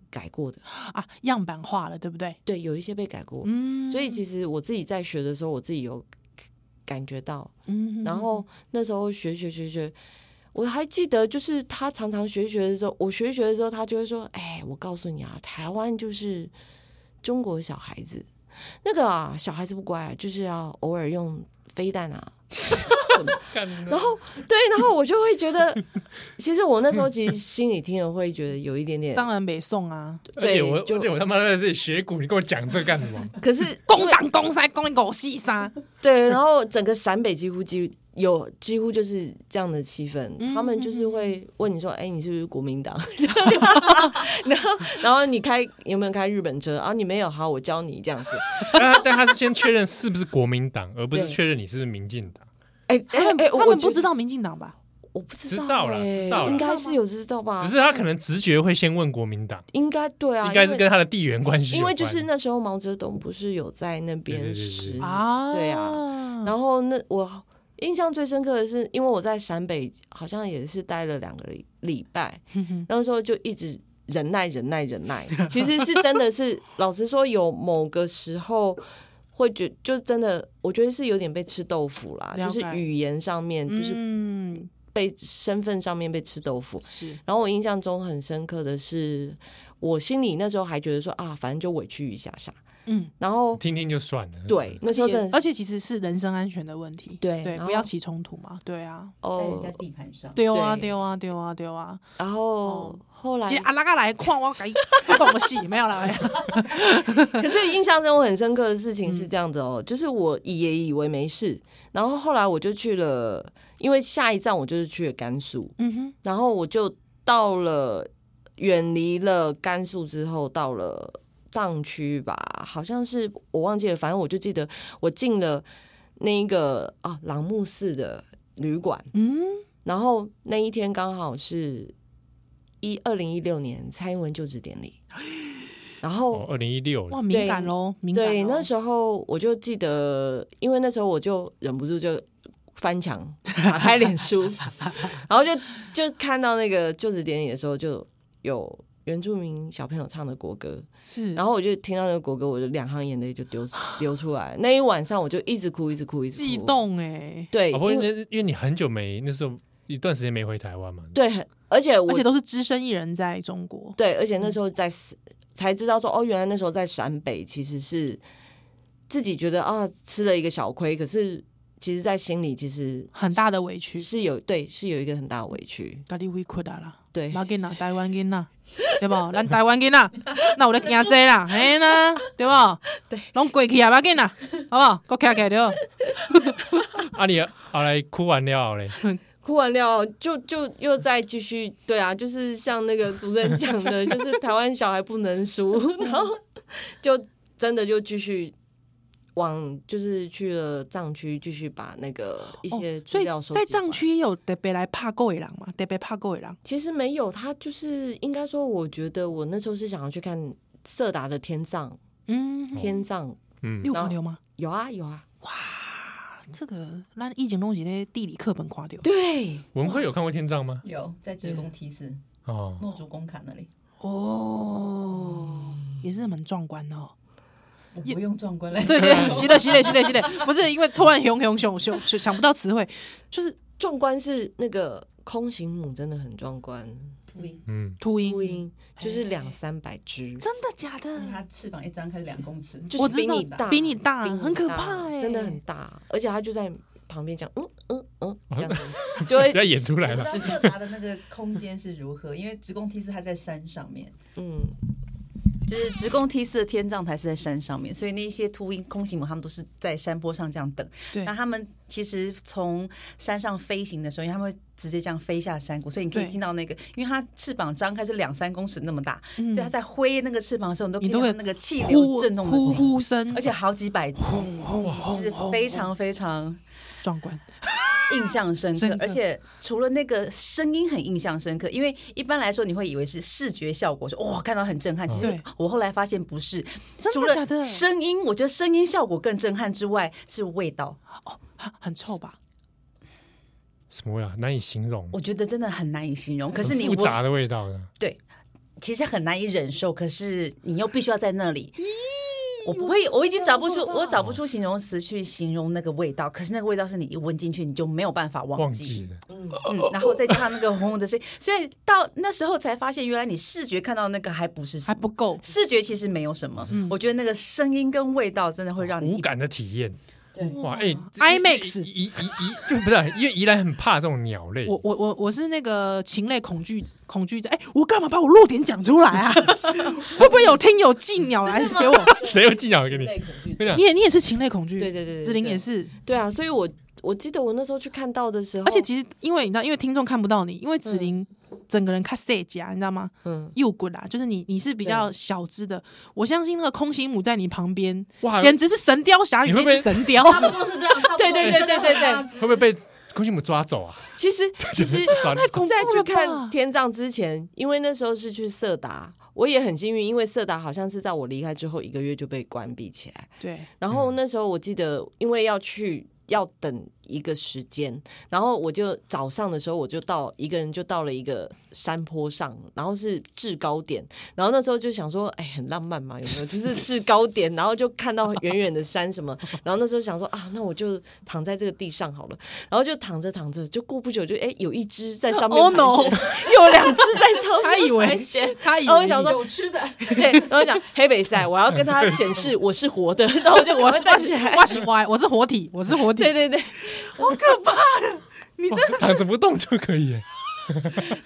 C: 改过的，
A: 啊，样板化了，对不对？
C: 对，有一些被改过，
A: 嗯
C: 所以其实我自己在学的时候，我自己有感觉到，
A: 嗯
C: 然后那时候学学学学，我还记得就是他常常学学的时候，我学学的时候，他就会说：“哎，我告诉你啊，台湾就是中国小孩子，那个啊小孩子不乖啊，就是要偶尔用飞弹啊。”
B: 干
C: 然后对，然后我就会觉 得，其实我那时候其实心里听了会觉得有一点点，
A: 当然北宋啊，
B: 而且我，
C: 对
B: 而且我他妈在这里学鼓，你跟我讲这干什 么？
C: 可是
A: 攻党攻塞攻狗细沙，
C: 对，然后整个陕北几乎几乎有几乎就是这样的气氛，
A: 嗯
C: 他们就是会问你说：“哎、你是不是国民党？” 然 后然后你开有没有开日本车啊？你没有，好，我教你这样子。
B: 但但他是先确认是不是国民党，而不是
C: 对
B: 确认你是不是民进党。
C: 哎哎
A: 他们
C: 哎，
A: 他
C: 我
A: 们
C: 觉
A: 不
C: 得
A: 知，道民进党吧？
C: 我不知
B: 知
C: 道、哎，
B: 道啦知道啦
C: 应该是有知道吧？
B: 只是他可能直觉会先问国民党，
C: 应该啊对啊，
B: 应该是
C: 因为
B: 跟他的地缘关系有
C: 因为
B: 关
C: 就是那时候毛泽东不是有在那边
B: 对对对
C: 时
B: 对嗯
A: 啊，
C: 对
A: 啊
C: 然后那我印象最深刻的是，因为我在陕北好像也是待了两个礼礼拜，那时候就一直忍耐、忍耐、忍耐。其实是真的是， 老实说，有某个时候会觉，就真的我觉得是有点被吃豆腐啦，
A: 了
C: 就
A: 解
C: 是语言上面，就是
A: 嗯
C: 被身份上面被吃豆腐。
A: 是
C: 然后我印象中很深刻的是，我心里那时候还觉得说啊，反正就委屈一下下。
A: 嗯
C: 然后
B: 听听就算了。
C: 对，，那时候真的
A: 而且其实是人身安全的问题，
C: 对
A: 对，
C: 然后
A: 不要起冲突嘛，对啊，
D: 在
C: 哦
D: 人家，地盘上，
A: 丢啊
C: 对
A: 丢啊丢啊丢啊，
C: 然后后来
A: 今天阿拉嘎来看我改懂个戏没有啦，没有啦
C: 可是印象中很深刻的事情是这样子哦，就是我也以为没事，然后后来我就去了，因为下一站我就是去了甘肃，
A: 嗯哼，
C: 然后我就到了远离了甘肃之后，到了藏区吧，好像是我忘记了，反正我就记得我进了那个啊朗木寺的旅馆，
A: 嗯，
C: 然后那一天刚好是一二零一六年蔡英文就职典礼，然后
B: 哦，二零一六
A: 哇，敏感喽，敏感咯，哦
C: 对，那时候我就记得，因为那时候我就忍不住就翻墙， 打开脸书，然后就就看到那个就职典礼的时候，就有原住民小朋友唱的国歌，
A: 是，
C: 然后我就听到那个国歌，我就两行眼泪就 流流出来。那一晚上我就一直哭，一直哭，一直哭
A: 悸。动哎，
C: 对，
B: 哦，不过
C: 因
B: 那
C: 为
B: 因为你很久没那时候一段时间没回台湾嘛，
C: 对，很而且我
A: 而且都是只身一人在中国，
C: 对，而且那时候在死才知道说，哦，原来那时候在陕北其实是自己觉得啊吃了一个小亏，可是其实，在心里其实
A: 很大的委屈，
C: 是有对是有一个很大的委屈，
A: 咖喱委屈啊啦。
C: 对
A: 冇囡仔，台湾囡仔，对不？咱台湾囡仔，那有咧惊这啦，嘿啦，对不？
C: 对，
A: 拢过去啊，冇囡仔，好不好？搁徛起来对不。
B: 啊你后来哭完了嘞，
C: 哭完了就就又再继续对啊，就是像那个主持人讲的，就是台湾小孩不能 输，然后就真的就继续。往就是去了藏区，继续把那个一些
A: 哦所
C: 资
A: 以
C: 料收集、
A: 在藏区也有特别来怕过野狼嘛，特别怕过野狼。
C: 其实没有，他就是应该说，我觉得我那时候是想要去看色达的天葬，
A: 嗯，
C: 天葬
B: 嗯
A: 你，有看流吗？
C: 有啊有啊，
A: 啊这个那一景东西那地理课本垮掉，
C: 对，
B: 文慧有看过天葬吗？
D: 有在职工梯寺
B: 哦，
D: 墨竹公卡那里，
A: 哦，也是蛮壮观的哦。
D: 我不用壮观嘞。
A: 对 对，洗了洗了洗了洗了，不是因为突然熊熊熊熊熊想不到词汇，就是
C: 壮观是那个空行母真的很壮观，
D: 秃鹰，
B: 嗯，
A: 秃鹰，
C: 秃鹰就是两三百只，
A: 真的假的？
D: 它翅膀一张开是两公尺，
C: 就
A: 我
C: 是
A: 知
C: 比
A: 道
C: 你大，
A: 比你大，
C: 比你
A: 啊很可
C: 大
A: 怕哎，
C: 真的很大，而且它就在旁边讲嗯嗯嗯这样 子，就
B: 不要
C: 会
B: 演出来
D: 不
B: 了。
E: 啊
D: 知道色达的那个空间是如何，因为职工梯寺它在山上面，
C: 嗯
E: 就是职工梯四的天葬台是在山上面，所以那些秃鹰、空行母他们都是在山坡上这样等。
A: 对
E: 那他们其实从山上飞行的时候，因为他们会直接这样飞下山谷，所以你可以
A: 对
E: 听到那个，因为它翅膀张开是两三公尺那么大，
A: 嗯
E: 所以它在挥那个翅膀的时候，你都可以
A: 你都
E: 听
A: 会
E: 到那个气
A: 呼
E: 流震动的
A: 呼
E: 声音，
A: 呼声，
E: 而且好几百只，是非常非常
A: 壮观。
E: 印象深
A: 深
E: 刻
A: 刻，
E: 而且除了那个声音很印象深刻，因为一般来说你会以为是视觉效果，说哇看到很震撼，其实
A: 对
E: 我后来发现不是，
A: 真的
E: 除
A: 假的
E: 了声音，我觉得声音效果更震撼之外，是味道，
A: 啊很臭吧？
B: 什么呀？难以形容，
E: 我觉得真的很难以形容。哦可是
B: 很
E: 你
B: 复
E: 我
B: 杂的味道的，
E: 其实很难以忍受，可是你又必须要在那里。我不会，我已经找不出，我找不出形容词去形容那个味道。可是那个味道是你一闻进去，你就没有办法
B: 忘记了。
C: 嗯，
E: 嗯，
B: 哦
E: 然后再加上那个轰的声音，所以到那时候才发现，原来你视觉看到那个还不是什
A: 还
E: 么
A: 不够，
E: 视觉其实没有什么。我觉得那个声音跟味道真的会让你
B: 嗯无感的体验，
D: 对
B: 哇！哎
A: IMAX
B: 宜宜 宜，就不是啊因为宜兰很怕这种鸟类，
A: 我我我我是那个禽类恐惧恐惧症，哎、我干嘛把我弱点讲出来啊？ 会不会有听友 寄鸟来给我？
B: 谁会寄鸟给你？
D: 类恐惧
B: 跟你讲
A: 你，也你也是禽类恐惧，
C: 对对对对
A: 子玲
C: 对
A: 也是，
C: 对啊，所以我我记得我那时候去看到的时候，
A: 而且其实因为你知道，因为听众看不到你，因为子玲整个人看塞夹，啊你知道吗？
C: 嗯
A: 右滚啦，就是你你是比较小只的，我相信那个空心母在你旁边，
B: 哇，会
A: 简直是神雕侠里
B: 你
A: 面
B: 会不会
A: 的神雕，
D: 差不多是这样，差不多
C: 对对对对对对
B: 不会被空气母抓走啊？
C: 其实其实
B: 抓
A: 恐怖
C: 在去
A: 了吧
C: 看天葬之前，因为那时候是去色达，我也很幸运，因为色达好像是在我离开之后一个月就被关闭起来。
A: 对，
C: 然后那时候我记得，因为要去要等一个时间，然后我就早上的时候我就到一个人就到了一个山坡上，然后是制高点，然后那时候就想说，哎，很浪漫嘛，有没有？就是制高点，然后就看到远远的山什么，然后那时候想说啊，那我就躺在这个地上好了，然后就躺着躺着，就过不久就哎有一只在上面
A: Oh
C: 盘旋
A: no
C: 有两只在上面
A: 他以为
C: 盘旋
A: 他以
C: 然后
A: 为
C: 我想
A: 你
C: 说
D: 有吃的，
C: 对，然后讲黑北赛，我要跟他显示我是活的， 然后我就
A: 我
C: 赶快
A: 是
C: 站
A: 我
C: 起
A: 是
C: 来，
A: 我是歪，我是活体，我是活体，
C: 对 对对，
B: 哇躺着不动就可以耶。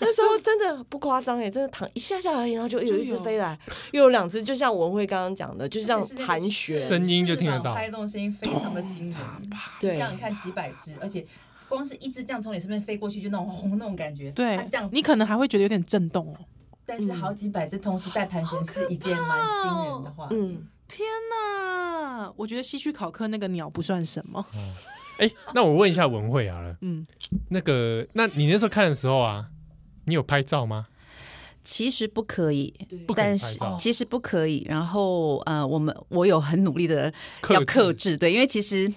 C: 那时候真的不夸张哎，真的躺一下下而已，然后就哎有一只飞来，又有两只，就像文慧刚刚讲的，就是这样盘旋，
B: 声音就听得到
D: 拍那种声音非常的惊人，
C: 对嗯
D: 像你看几百只，而且光是一只这样从你身边飞过去，就那种轰那种感觉，
A: 对
D: 它这样，
A: 你可能还会觉得有点震动哦。
D: 但是好几百只同时在盘旋是一件蛮惊
B: 哦
D: 人的话，
C: 嗯，
A: 天呐，我觉得西区考克那个鸟不算什么。
B: 哎，那我问一下文慧好了，
A: 嗯，
B: 那个，那你那时候看的时候啊，你有拍照吗？
E: 其实不可以，
B: 不可以
E: 但
B: 拍
E: 是
B: 照，
E: 其实不可以。然后呃，我们我有很努力的
B: 克
E: 要
B: 制
E: 克制，对，因为其实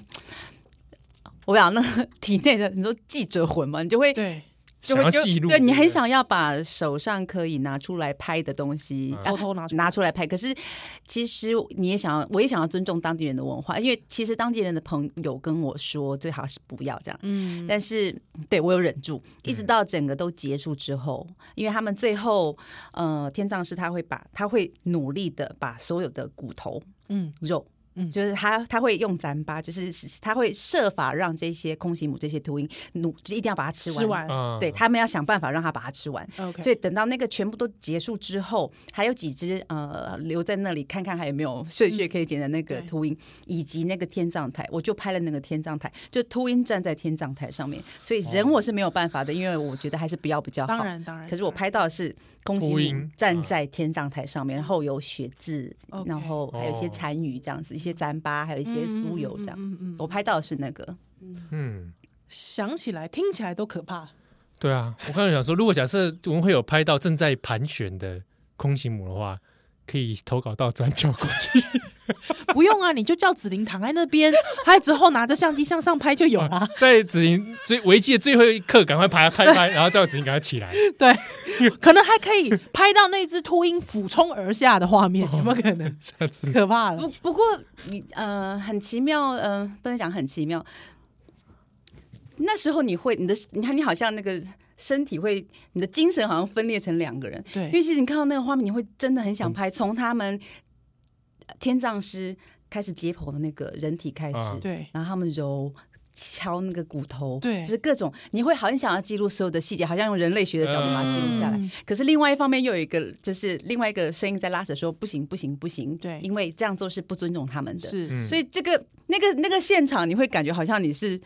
E: 我想那个 体内的你说记者魂嘛，你就 会
A: 对，
E: 就
B: 想
E: 会
B: 要
E: 就
B: 记录，
E: 对你很
B: 不
E: 想要把手上可以拿出来拍的东西
B: 嗯
E: 啊
A: 偷偷拿出来
E: 拿出来拍。可是其实你也想要，我也想要尊重当地人的文化，因为其实当地人的朋友跟我说，最好是不要这样。
A: 嗯，
E: 但是对我有忍住，一直到整个都结束之后，因为他们最后呃，天葬师他会把他会努力的把所有的骨头
A: 嗯
E: 肉。
A: 嗯
E: 就是他，他会用咱巴，就是他会设法让这些空心母、这些秃鹰努，一定要把它吃完。嗯
A: 吃完
B: 啊
E: 对他们要想办法让它把它吃完。
A: ，OK，
E: 所以等到那个全部都结束之后，还有几只呃留在那里看看还有没有碎屑可以捡的那个
A: 嗯对
E: 秃鹰，以及那个天葬台，我就拍了那个天葬台，就秃鹰站在天葬台上面，所以人我是没有办法的，因为我觉得还是不要比较好。
A: 当，然当然。
E: 可是我拍到的是空
B: 秃
E: 心
B: 鹰
E: 母站在天葬台上面，然后有血渍
A: OK
E: 然后还有一些
B: 哦
E: 残余这样子，一些糌粑，还有一
A: 嗯
E: 些酥油这样。
A: 嗯嗯嗯嗯
E: 我拍到的是那个，
B: 嗯，
A: 想起来、听起来都可怕。
B: 对啊，我刚才想说，如果假设文慧有拍到正在盘旋的空行母的话，可以投稿到转角国际。
A: 不用啊，你就叫子玲躺在那边，她之后拿着相机向上拍就有啦。
B: 在子莹最危机的最后一刻，赶快拍拍 拍，然后叫子莹赶快起来。
A: 对，可能还可以拍到那只秃鹰俯冲而下的画面，有没有可能？
B: 下次
A: 可怕了
E: 不，不过你呃很奇妙，嗯、呃，不能讲很奇妙。那时候你会你的你看你好像那个身体会你的精神好像分裂成两个人，
A: 对
E: 因为其实你看到那个画面，你会真的很想拍，从他们呃天葬师开始解剖的那个人体开始，
B: 啊
A: 对
E: 然后他们揉。敲那个骨头，
A: 对
E: 就是各种，你会很想要记录所有的细节，好像用人类学的角度把它记录下来。
A: 嗯
E: 可是另外一方面又有一个，就是另外一个声音在拉扯说不行不行不行，
A: 对
E: 因为这样做是不尊重他们的。
A: 是
B: 嗯
E: 所以这个那个那个现场，你会感觉好像你是，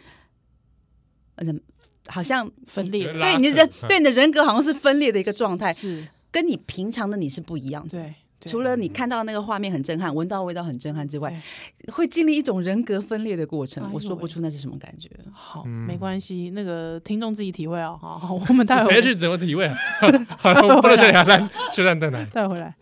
E: 嗯，好像
A: 分裂
B: 拉
E: 对你的
B: 扯
E: 人
B: 嗯
E: 对你的人格好像是分裂的一个状态，
A: 是，
E: 跟你平常的你是不一样的。
A: 对，对
E: 除了你看到那个画面很震撼，闻到味道很震撼之外，会经历一种人格分裂的过
A: 哎
E: 程。
A: 呦
E: 我说
A: 喂
E: 不出那是什么感觉。
A: 好，
B: 嗯
A: 没关系，那个听众自己体会哦。好，好我们待会
B: 谁
A: 儿
B: 去怎么体位啊？好了，我们不能再聊了，休战在 哪？
A: 带回来。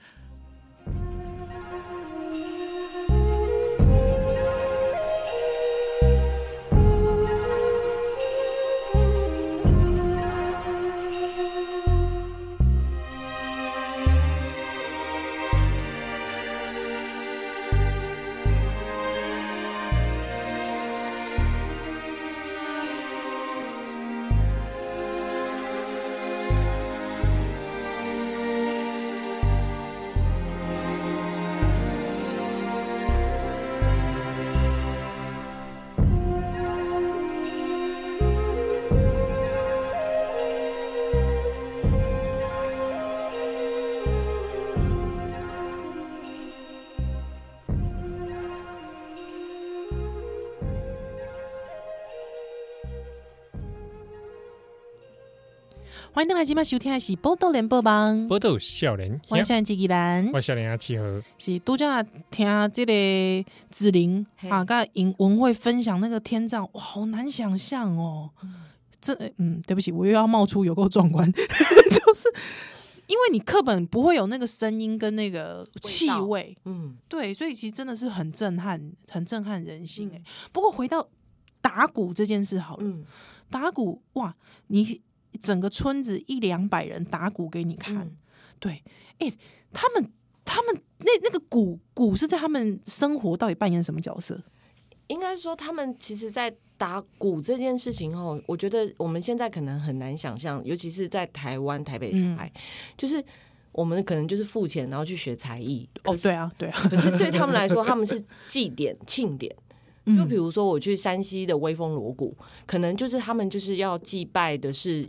A: 欢迎登来今晚收听的是《波多连播帮》，
B: 波豆笑人，
A: 我是纪吉兰，
B: 我笑人啊，契合
A: 是度假听这个子玲
C: 嘿
A: 啊，跟尹文慧分享那个天葬，哇，好难想象哦。这嗯，对不起，我又要冒出有够壮观， 就是因为你课本不会有那个声音跟那个气
C: 道
A: 味，
C: 嗯，
A: 对，所以其实真的是很震撼，很震撼人心哎、不过回到打鼓这件事好了，
C: 嗯
A: 打鼓哇，你整个村子一两百人打鼓给你看，
C: 嗯
A: 对，哎、他们他们那那个鼓鼓是在他们生活到底扮演什么角色？
C: 应该说他们其实，在打鼓这件事情哦，我觉得我们现在可能很难想象，尤其是在台湾台北
A: 嗯
C: 小孩，就是我们可能就是付钱然后去学才艺
A: 哦，对啊， 对啊，
C: 可是对他们来说，他们是祭典庆典。
A: 嗯
C: 就比如说我去山西的威风锣鼓，可能就是他们就是要祭拜的是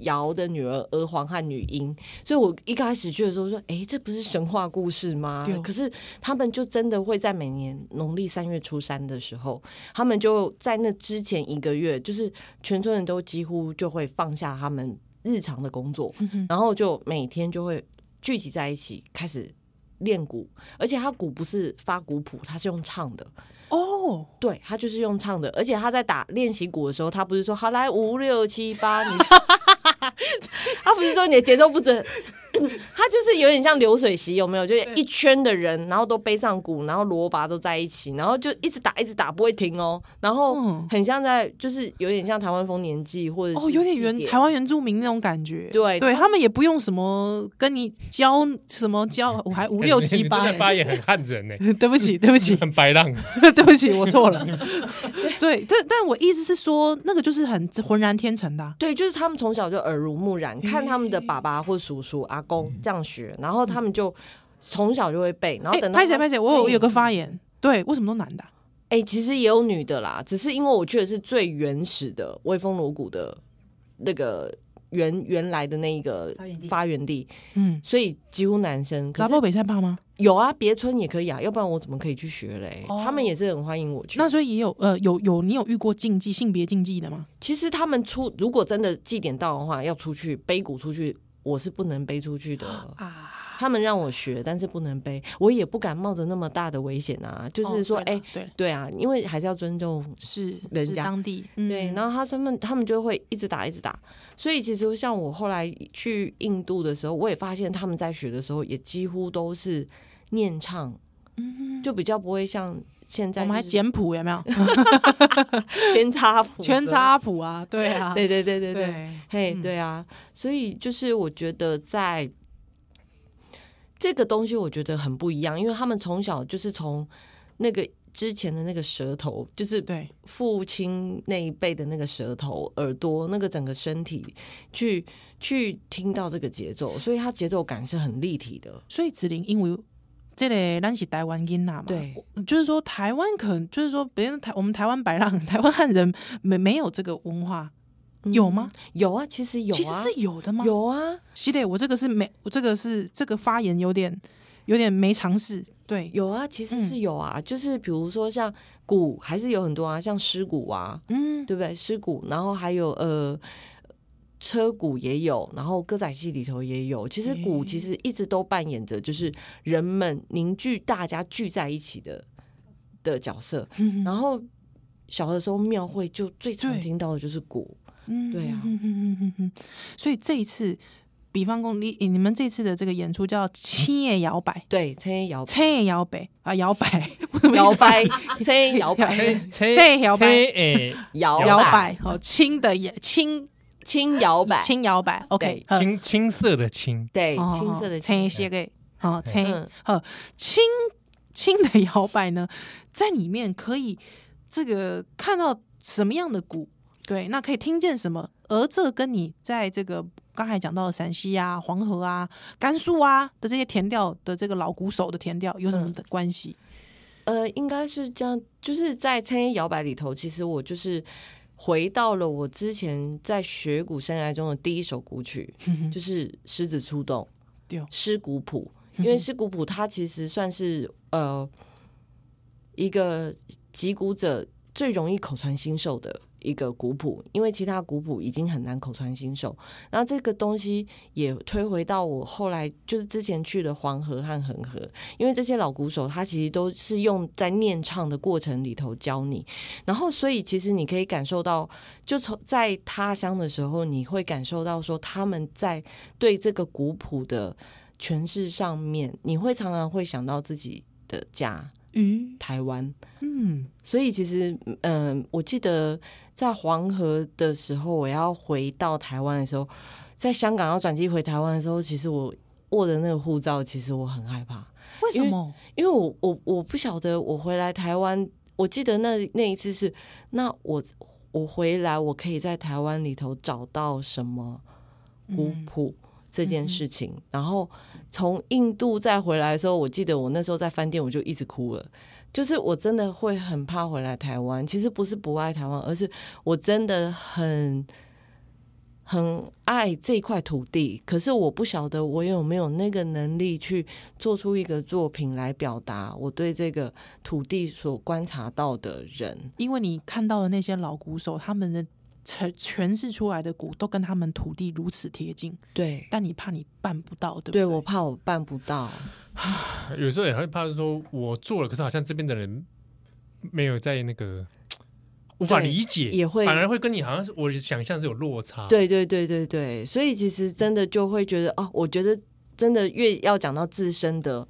C: 尧的女儿娥皇和女英，所以我一开始去的时候说，哎、这不是神话故事吗
A: 对哦？
C: 可是他们就真的会在每年农历三月初三的时候，他们就在那之前一个月，就是全村人都几乎就会放下他们日常的工作，
A: 嗯
C: 然后就每天就会聚集在一起开始练鼓，而且他鼓不是发鼓谱，他是用唱的。
A: 哦，
C: 对他就是用唱的，而且他在打练习鼓的时候，他不是说好来五六七 八，你，他不是说你的节奏不准，他就是有点像流水席，有没有？就是一圈的人，然后都背上鼓，然后锣拔都在一起，然后就一直打，一直打，不会停哦。然后
A: 嗯
C: 很像在，就是有点像台湾丰年祭，或者
A: 哦，有点原
C: 原
A: 台湾原住民那种感觉，
C: 对
A: 对他们也不用什么跟你教什么教，我还五六七八
B: 你
A: 欸，
B: 真的发言很汉人呢，
A: 对不起，对不起，
B: 很白浪。
A: 对不起，我错 了。对，但但我意思是说，那个就是很浑然天成的啊、
C: 对，就是他们从小就耳濡目染，看他们的爸爸或叔叔、阿公这样学，然后他们就从小就会背，然后
A: 哎、
C: 等到
A: 拍谁
C: 他
A: 拍谁，我有
C: 对
A: 有个发言，对，为什么都男的啊、
C: 哎、其实也有女的啦，只是因为我去的是最原始的威风锣鼓的那个原原来的那一个
F: 发源地
C: 发源地，
A: 嗯，
C: 所以几乎男生可
A: 杂
C: 是
A: 报北赛怕吗？
C: 有啊，别村也可以啊，要不然我怎么可以去学嘞？
A: 哦
C: 他们也是很欢迎我去。
A: 那所以也有呃有有，你有遇过禁忌性别禁忌的吗？
C: 其实他们出如果真的祭典到的话，要出去背鼓出去，我是不能背出去的。
A: 啊，
C: 他们让我学，但是不能背，我也不敢冒着那么大的危险啊。就是说，哎、
A: 对哦啦对啦
C: 对啊，因为还是要尊重
A: 是
C: 人
A: 是
C: 家
A: 当地，嗯
C: 对，然后他他们他们就会一直打一直打，所以其实像我后来去印度的时候，我也发现他们在学的时候也几乎都是念唱，就比较不会像现在
A: 嗯我们还
C: 就是
A: 简谱有没有？
C: 全插谱，
A: 全。插谱啊，对啊，
C: 对对对对对，
A: 对，嗯
C: 嘿，对啊，所以就是我觉得在这个东西，我觉得很不一样，因为他们从小就是从那个之前的那个舌头，就是
A: 对
C: 父亲那一辈的那个舌头、耳朵、那个整个身体去去听到这个节奏，所以它节奏感是很立体的。
A: 所以子玲因为这个咱是台湾音呐嘛，
C: 对，
A: 就是说台湾可能就是说别人台我们台湾白浪台湾汉人 没没有这个文化，有吗？
C: 嗯有啊，其实有啊，
A: 其实是有的吗？，
C: 有啊，
A: 系列我这个是没，我这个是这个发言有点有点没尝试，对，
C: 有啊，其实
A: 嗯
C: 是有啊，就是比如说像鼓，还是有很多啊，像尸骨啊，
A: 嗯，
C: 对不对？尸骨，然后还有呃车鼓也有，然后歌仔戏里头也有。其实鼓
A: 诶
C: 其实一直都扮演着就是人们凝聚大家聚在一起的的角色。
A: 嗯
C: 然后小的时候庙会就最常
A: 对
C: 听到的就是鼓，
A: 嗯
C: 对啊
A: 嗯嗯嗯嗯嗯所以这一次，比方说你你们这次的这个演出叫《七夜摇摆
C: 对，参与摇》，
A: 七夜摇摆啊，摇摆，为什么一直
C: 摇摆，参与摇
A: 哎
C: 摆，
B: 切切
A: 切摇摆
B: 诶，
C: 摇
A: 摇
C: 摆，
A: 摆？哦，轻的也轻
C: 轻摇摆，
A: 轻摇摆，OK，呃
B: 青青色的青，
C: 对，
A: 哦
C: 青色
A: 哦
C: 的
A: 青
C: 青。
A: 些个好青
C: 嗯
A: 好轻轻的摇摆呢，在里面可以这个看到什么样的鼓？对，那可以听见什么？而这跟你在这个刚才讲到的陕西啊、黄河啊、甘肃啊的这些填调的这个老鼓手的填调有什么的关系？
C: 呃，应该是这样，就是在参与摇摆里头，其实我就是回到了我之前在学鼓生涯中的第一首古曲，就是《狮子出动
A: 对》
C: 狮鼓谱，因为狮鼓谱它其实算是呃一个击鼓者最容易口传心授的。一个鼓谱，因为其他鼓谱已经很难口传心授，然后这个东西也推回到我后来就是之前去的黄河和恒河，因为这些老鼓手他其实都是用在念唱的过程里头教你，然后所以其实你可以感受到，就从在他乡的时候，你会感受到说他们在对这个古谱的诠释上面，你会常常会想到自己的家
A: 嗯
C: 台湾。
A: 嗯，
C: 所以其实，嗯、我记得在黄河的时候，我要回到台湾的时候，在香港要转机回台湾的时候，其实我握的那个护照，其实我很害怕。
A: 为什
C: 因为
A: 么？
C: 因为我我我不晓得我回来台湾，我记得那那一次是，那我我回来我可以在台湾里头找到什么古谱。这件事情，然后从印度再回来的时候，我记得我那时候在饭店我就一直哭了，就是我真的会很怕回来台湾。其实不是不爱台湾，而是我真的很很爱这块土地，可是我不晓得我有没有那个能力去做出一个作品来表达我对这个土地所观察到的人。
A: 因为你看到的那些老鼓手，他们的诠诠释出来的鼓都跟他们土地如此贴近，
C: 对，
A: 但你怕你办不到，对不
C: 对我怕我办不到。
B: 有时候也会怕说，我做了，可是好像这边的人没有在那个无法
C: 对
B: 理解，
C: 也会
B: 反而会跟你好像是我的想象是有落差。，
C: 对对对对对，所以其实真的就会觉得哦，我觉得真的越要讲到自身的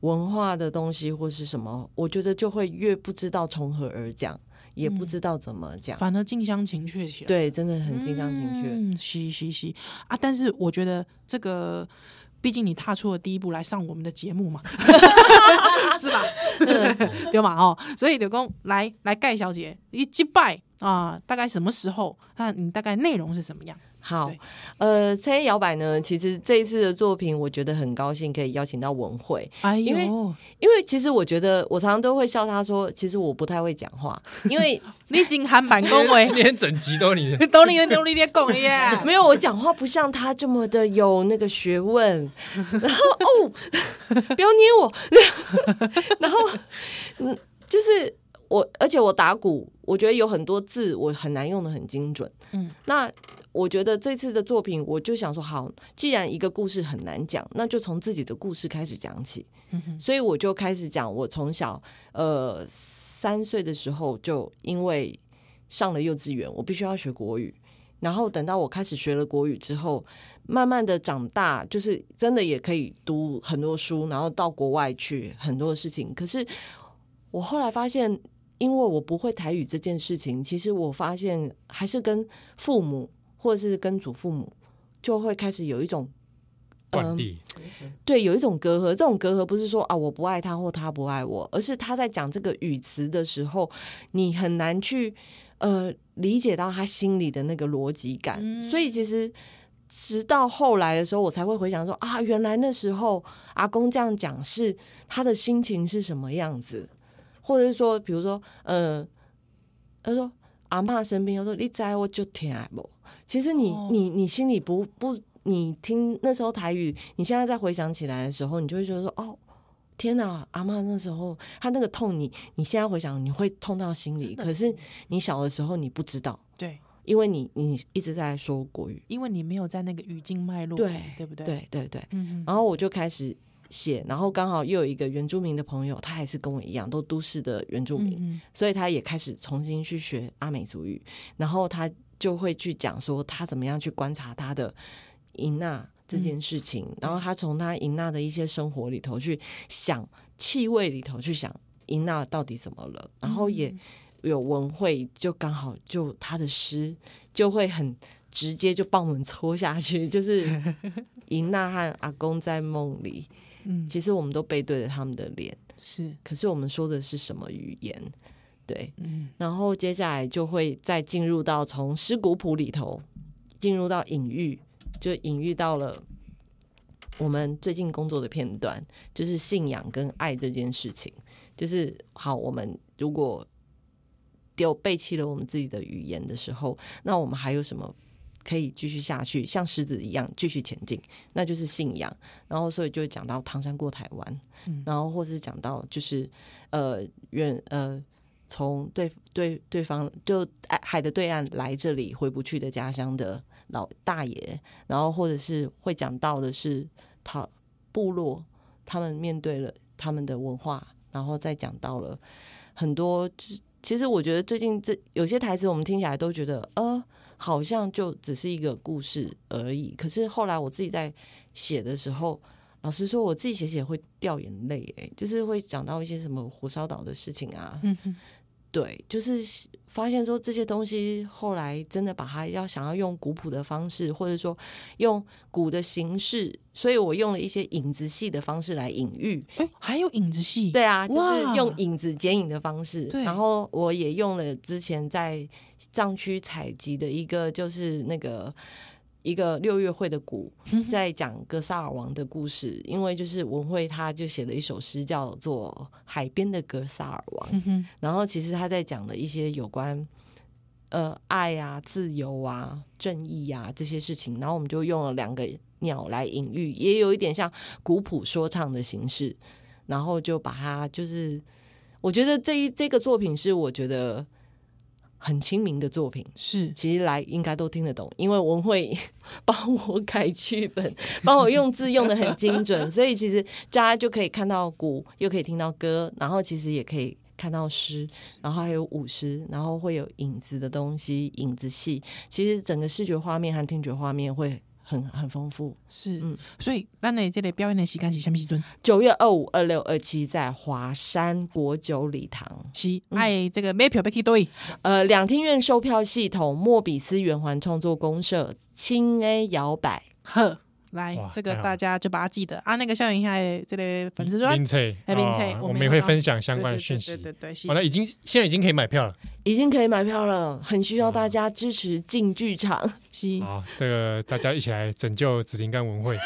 C: 文化的东西或是什么，我觉得就会越不知道从何而讲，也不知道怎么讲。
A: 反而近乡情怯起来。
C: 对，真的很紧张情绪。
A: 嗯，是是是啊，但是我觉得这个，毕竟你踏出了第一步来上我们的节目嘛，是吧？对嘛哦，所以就讲来来盖小姐一击败啊，大概什么时候？那你大概内容是什么样？
C: 好
A: 对，
C: 呃，参与摇摆呢，其实这一次的作品，我觉得很高兴可以邀请到文慧，
A: 哎
C: 因为
A: 呦，
C: 因为其实我觉得我常常都会笑她说，其实我不太会讲话，因为，
A: 你经喊板恭维
B: 今，天整集都你
A: 都你都你咧讲耶
C: 没有我讲话不像她这么的有那个学问，然后哦，不要捏我， 然后嗯，就是我，而且我打鼓，我觉得有很多字我很难用的很精准，
A: 嗯
C: 嗯，那。我觉得这次的作品，我就想说，好，既然一个故事很难讲，那就从自己的故事开始讲起。所以我就开始讲，我从小呃三岁的时候就因为上了幼稚园，我必须要学国语，然后等到我开始学了国语之后，慢慢的长大，就是真的也可以读很多书，然后到国外去很多事情。可是我后来发现，因为我不会台语这件事情，其实我发现还是跟父母或者是跟祖父母就会开始有一种
B: 惯例，
A: 嗯
C: 对，有一种隔阂，这种隔阂不是说啊我不爱他或他不爱我，而是他在讲这个语词的时候，你很难去呃理解到他心里的那个逻辑感。
A: 嗯
C: 所以其实直到后来的时候，我才会回想说啊，原来那时候阿公这样讲是他的心情是什么样子，或者是说，比如说呃，他说阿嬷生病，他说你在我就疼不？其实你、
A: 哦
C: 你你心里不不，你听那时候台语，你现在再回想起来的时候，你就会觉得说哦。天哪，阿嬷那时候她那个痛你，你现在回想你会痛到心里，
A: 真的
C: 可是你小的时候你不知道，
A: 对，
C: 因为你你一直在说国语，
A: 因为你没有在那个语境脉络里，
C: 对
A: 对不对？，
C: 对对对，
A: 嗯哼，
C: 然后我就开始写，然后刚好又有一个原住民的朋友，他还是跟我一样都都市的原住民，
A: 嗯
C: 所以他也开始重新去学阿美族语，然后他就会去讲说他怎么样去观察他的银娜这件事情，然后他从他银娜的一些生活里头去想气味里头去想银娜到底怎么了，
A: 嗯
C: 然后也有文慧就刚好就他的诗就会很。直接就帮我们戳下去， 就是银娜和阿公在梦里，
A: 嗯，
C: 其实我们都背对着他们的脸，
A: 是，
C: 可是我们说的是什么语言？对，
A: 嗯，
C: 然后接下来就会再进入到从诗古谱里头进入到隐喻，就隐喻到了我们最近工作的片段，就是信仰跟爱这件事情。就是好，我们如果丢背弃了我们自己的语言的时候，那我们还有什么可以继续下去，像狮子一样继续前进？那就是信仰。然后所以就会讲到唐山过台湾，
A: 嗯
C: 然后或是讲到就是呃远呃从对对对方就哎海的对岸来这里回不去的家乡的老大爷，然后或者是会讲到的是他部落他们面对了他们的文化，然后再讲到了很多就是。其实我觉得最近这有些台词，我们听起来都觉得，呃，好像就只是一个故事而已。可是后来我自己在写的时候，老实说，我自己写写会掉眼泪，哎，就是会讲到一些什么火烧岛的事情啊，
A: 嗯哼，
C: 对，就是发现说这些东西后来真的把它要想要用古朴的方式，或者说用古的形式，所以我用了一些影子戏的方式来隐喻。
A: 哎，还有影子戏，
C: 对啊，就
A: 哇
C: 是用影子剪影的方式。
A: 对
C: 然后我也用了之前在藏区采集的一个，就是那个一个六月会的鼓，
A: 嗯
C: 在讲格萨尔王的故事。因为就是文慧，他就写了一首诗叫做《海边的格萨尔王》。
A: 嗯哼，
C: 然后其实他在讲的一些有关呃爱啊、自由啊、正义啊这些事情，然后我们就用了两个鸟来隐喻，也有一点像古朴说唱的形式，然后就把它就是，我觉得这一这个作品是我觉得很亲民的作品。
A: 是，
C: 其实来应该都听得懂，因为文慧 帮我改剧本， 帮我用字用的很精准，所以其实大家就可以看到鼓，又可以听到歌，然后其实也可以看到诗，然后还有舞狮，然后会有影子的东西，影子戏，其实整个视觉画面和听觉画面会很很丰富。
A: 是，
C: 嗯
A: 所以咱的这个表演的时间是什么时阵？
C: 九月二五、二六、二七在华山国酒礼堂，
A: 是爱这个买票要去对，
C: 呃，两厅院售票系统，莫比斯圆环创作公社，青 A 摇摆。
A: 呵，来
B: 哇
A: 这个
B: 太好
A: 大家就把它记得啊。那个校园下的这个粉丝专
B: 明翠，
A: 哎明翠
B: 哦
A: 我
B: 我
A: 们
B: 们也
A: 有
B: 会
A: 到
B: 分享相
A: 对
B: 关的
A: 对
B: 讯
A: 对
B: 息
A: 对。对对，是
B: 完了，已经现在已经可以买票了
C: 已经可以买票了，很需要大家支持进剧场。
A: 是
B: 啊！这个大家一起来拯救紫金跟 文慧，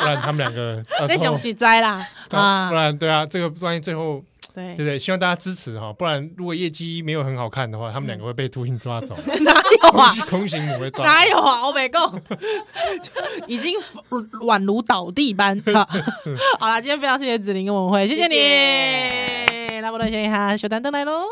B: 不然他们两个到
A: 这
B: 时候
A: 种是灾啦
B: 到不
A: 啊，
B: 然对啊，这个万一最后对不
A: 对，
B: 对？希望大家支持哈，不然如果业绩没有很好看的话，他们两个会被秃鹰抓走，
A: 哪有啊
B: 空？气空行母会抓走。
A: 哪有啊？我没够，就已经宛如倒地般。好好啦，今天非常谢谢子玲跟文慧，谢谢
E: 谢
A: 你。那我们先一下，小丹登来喽。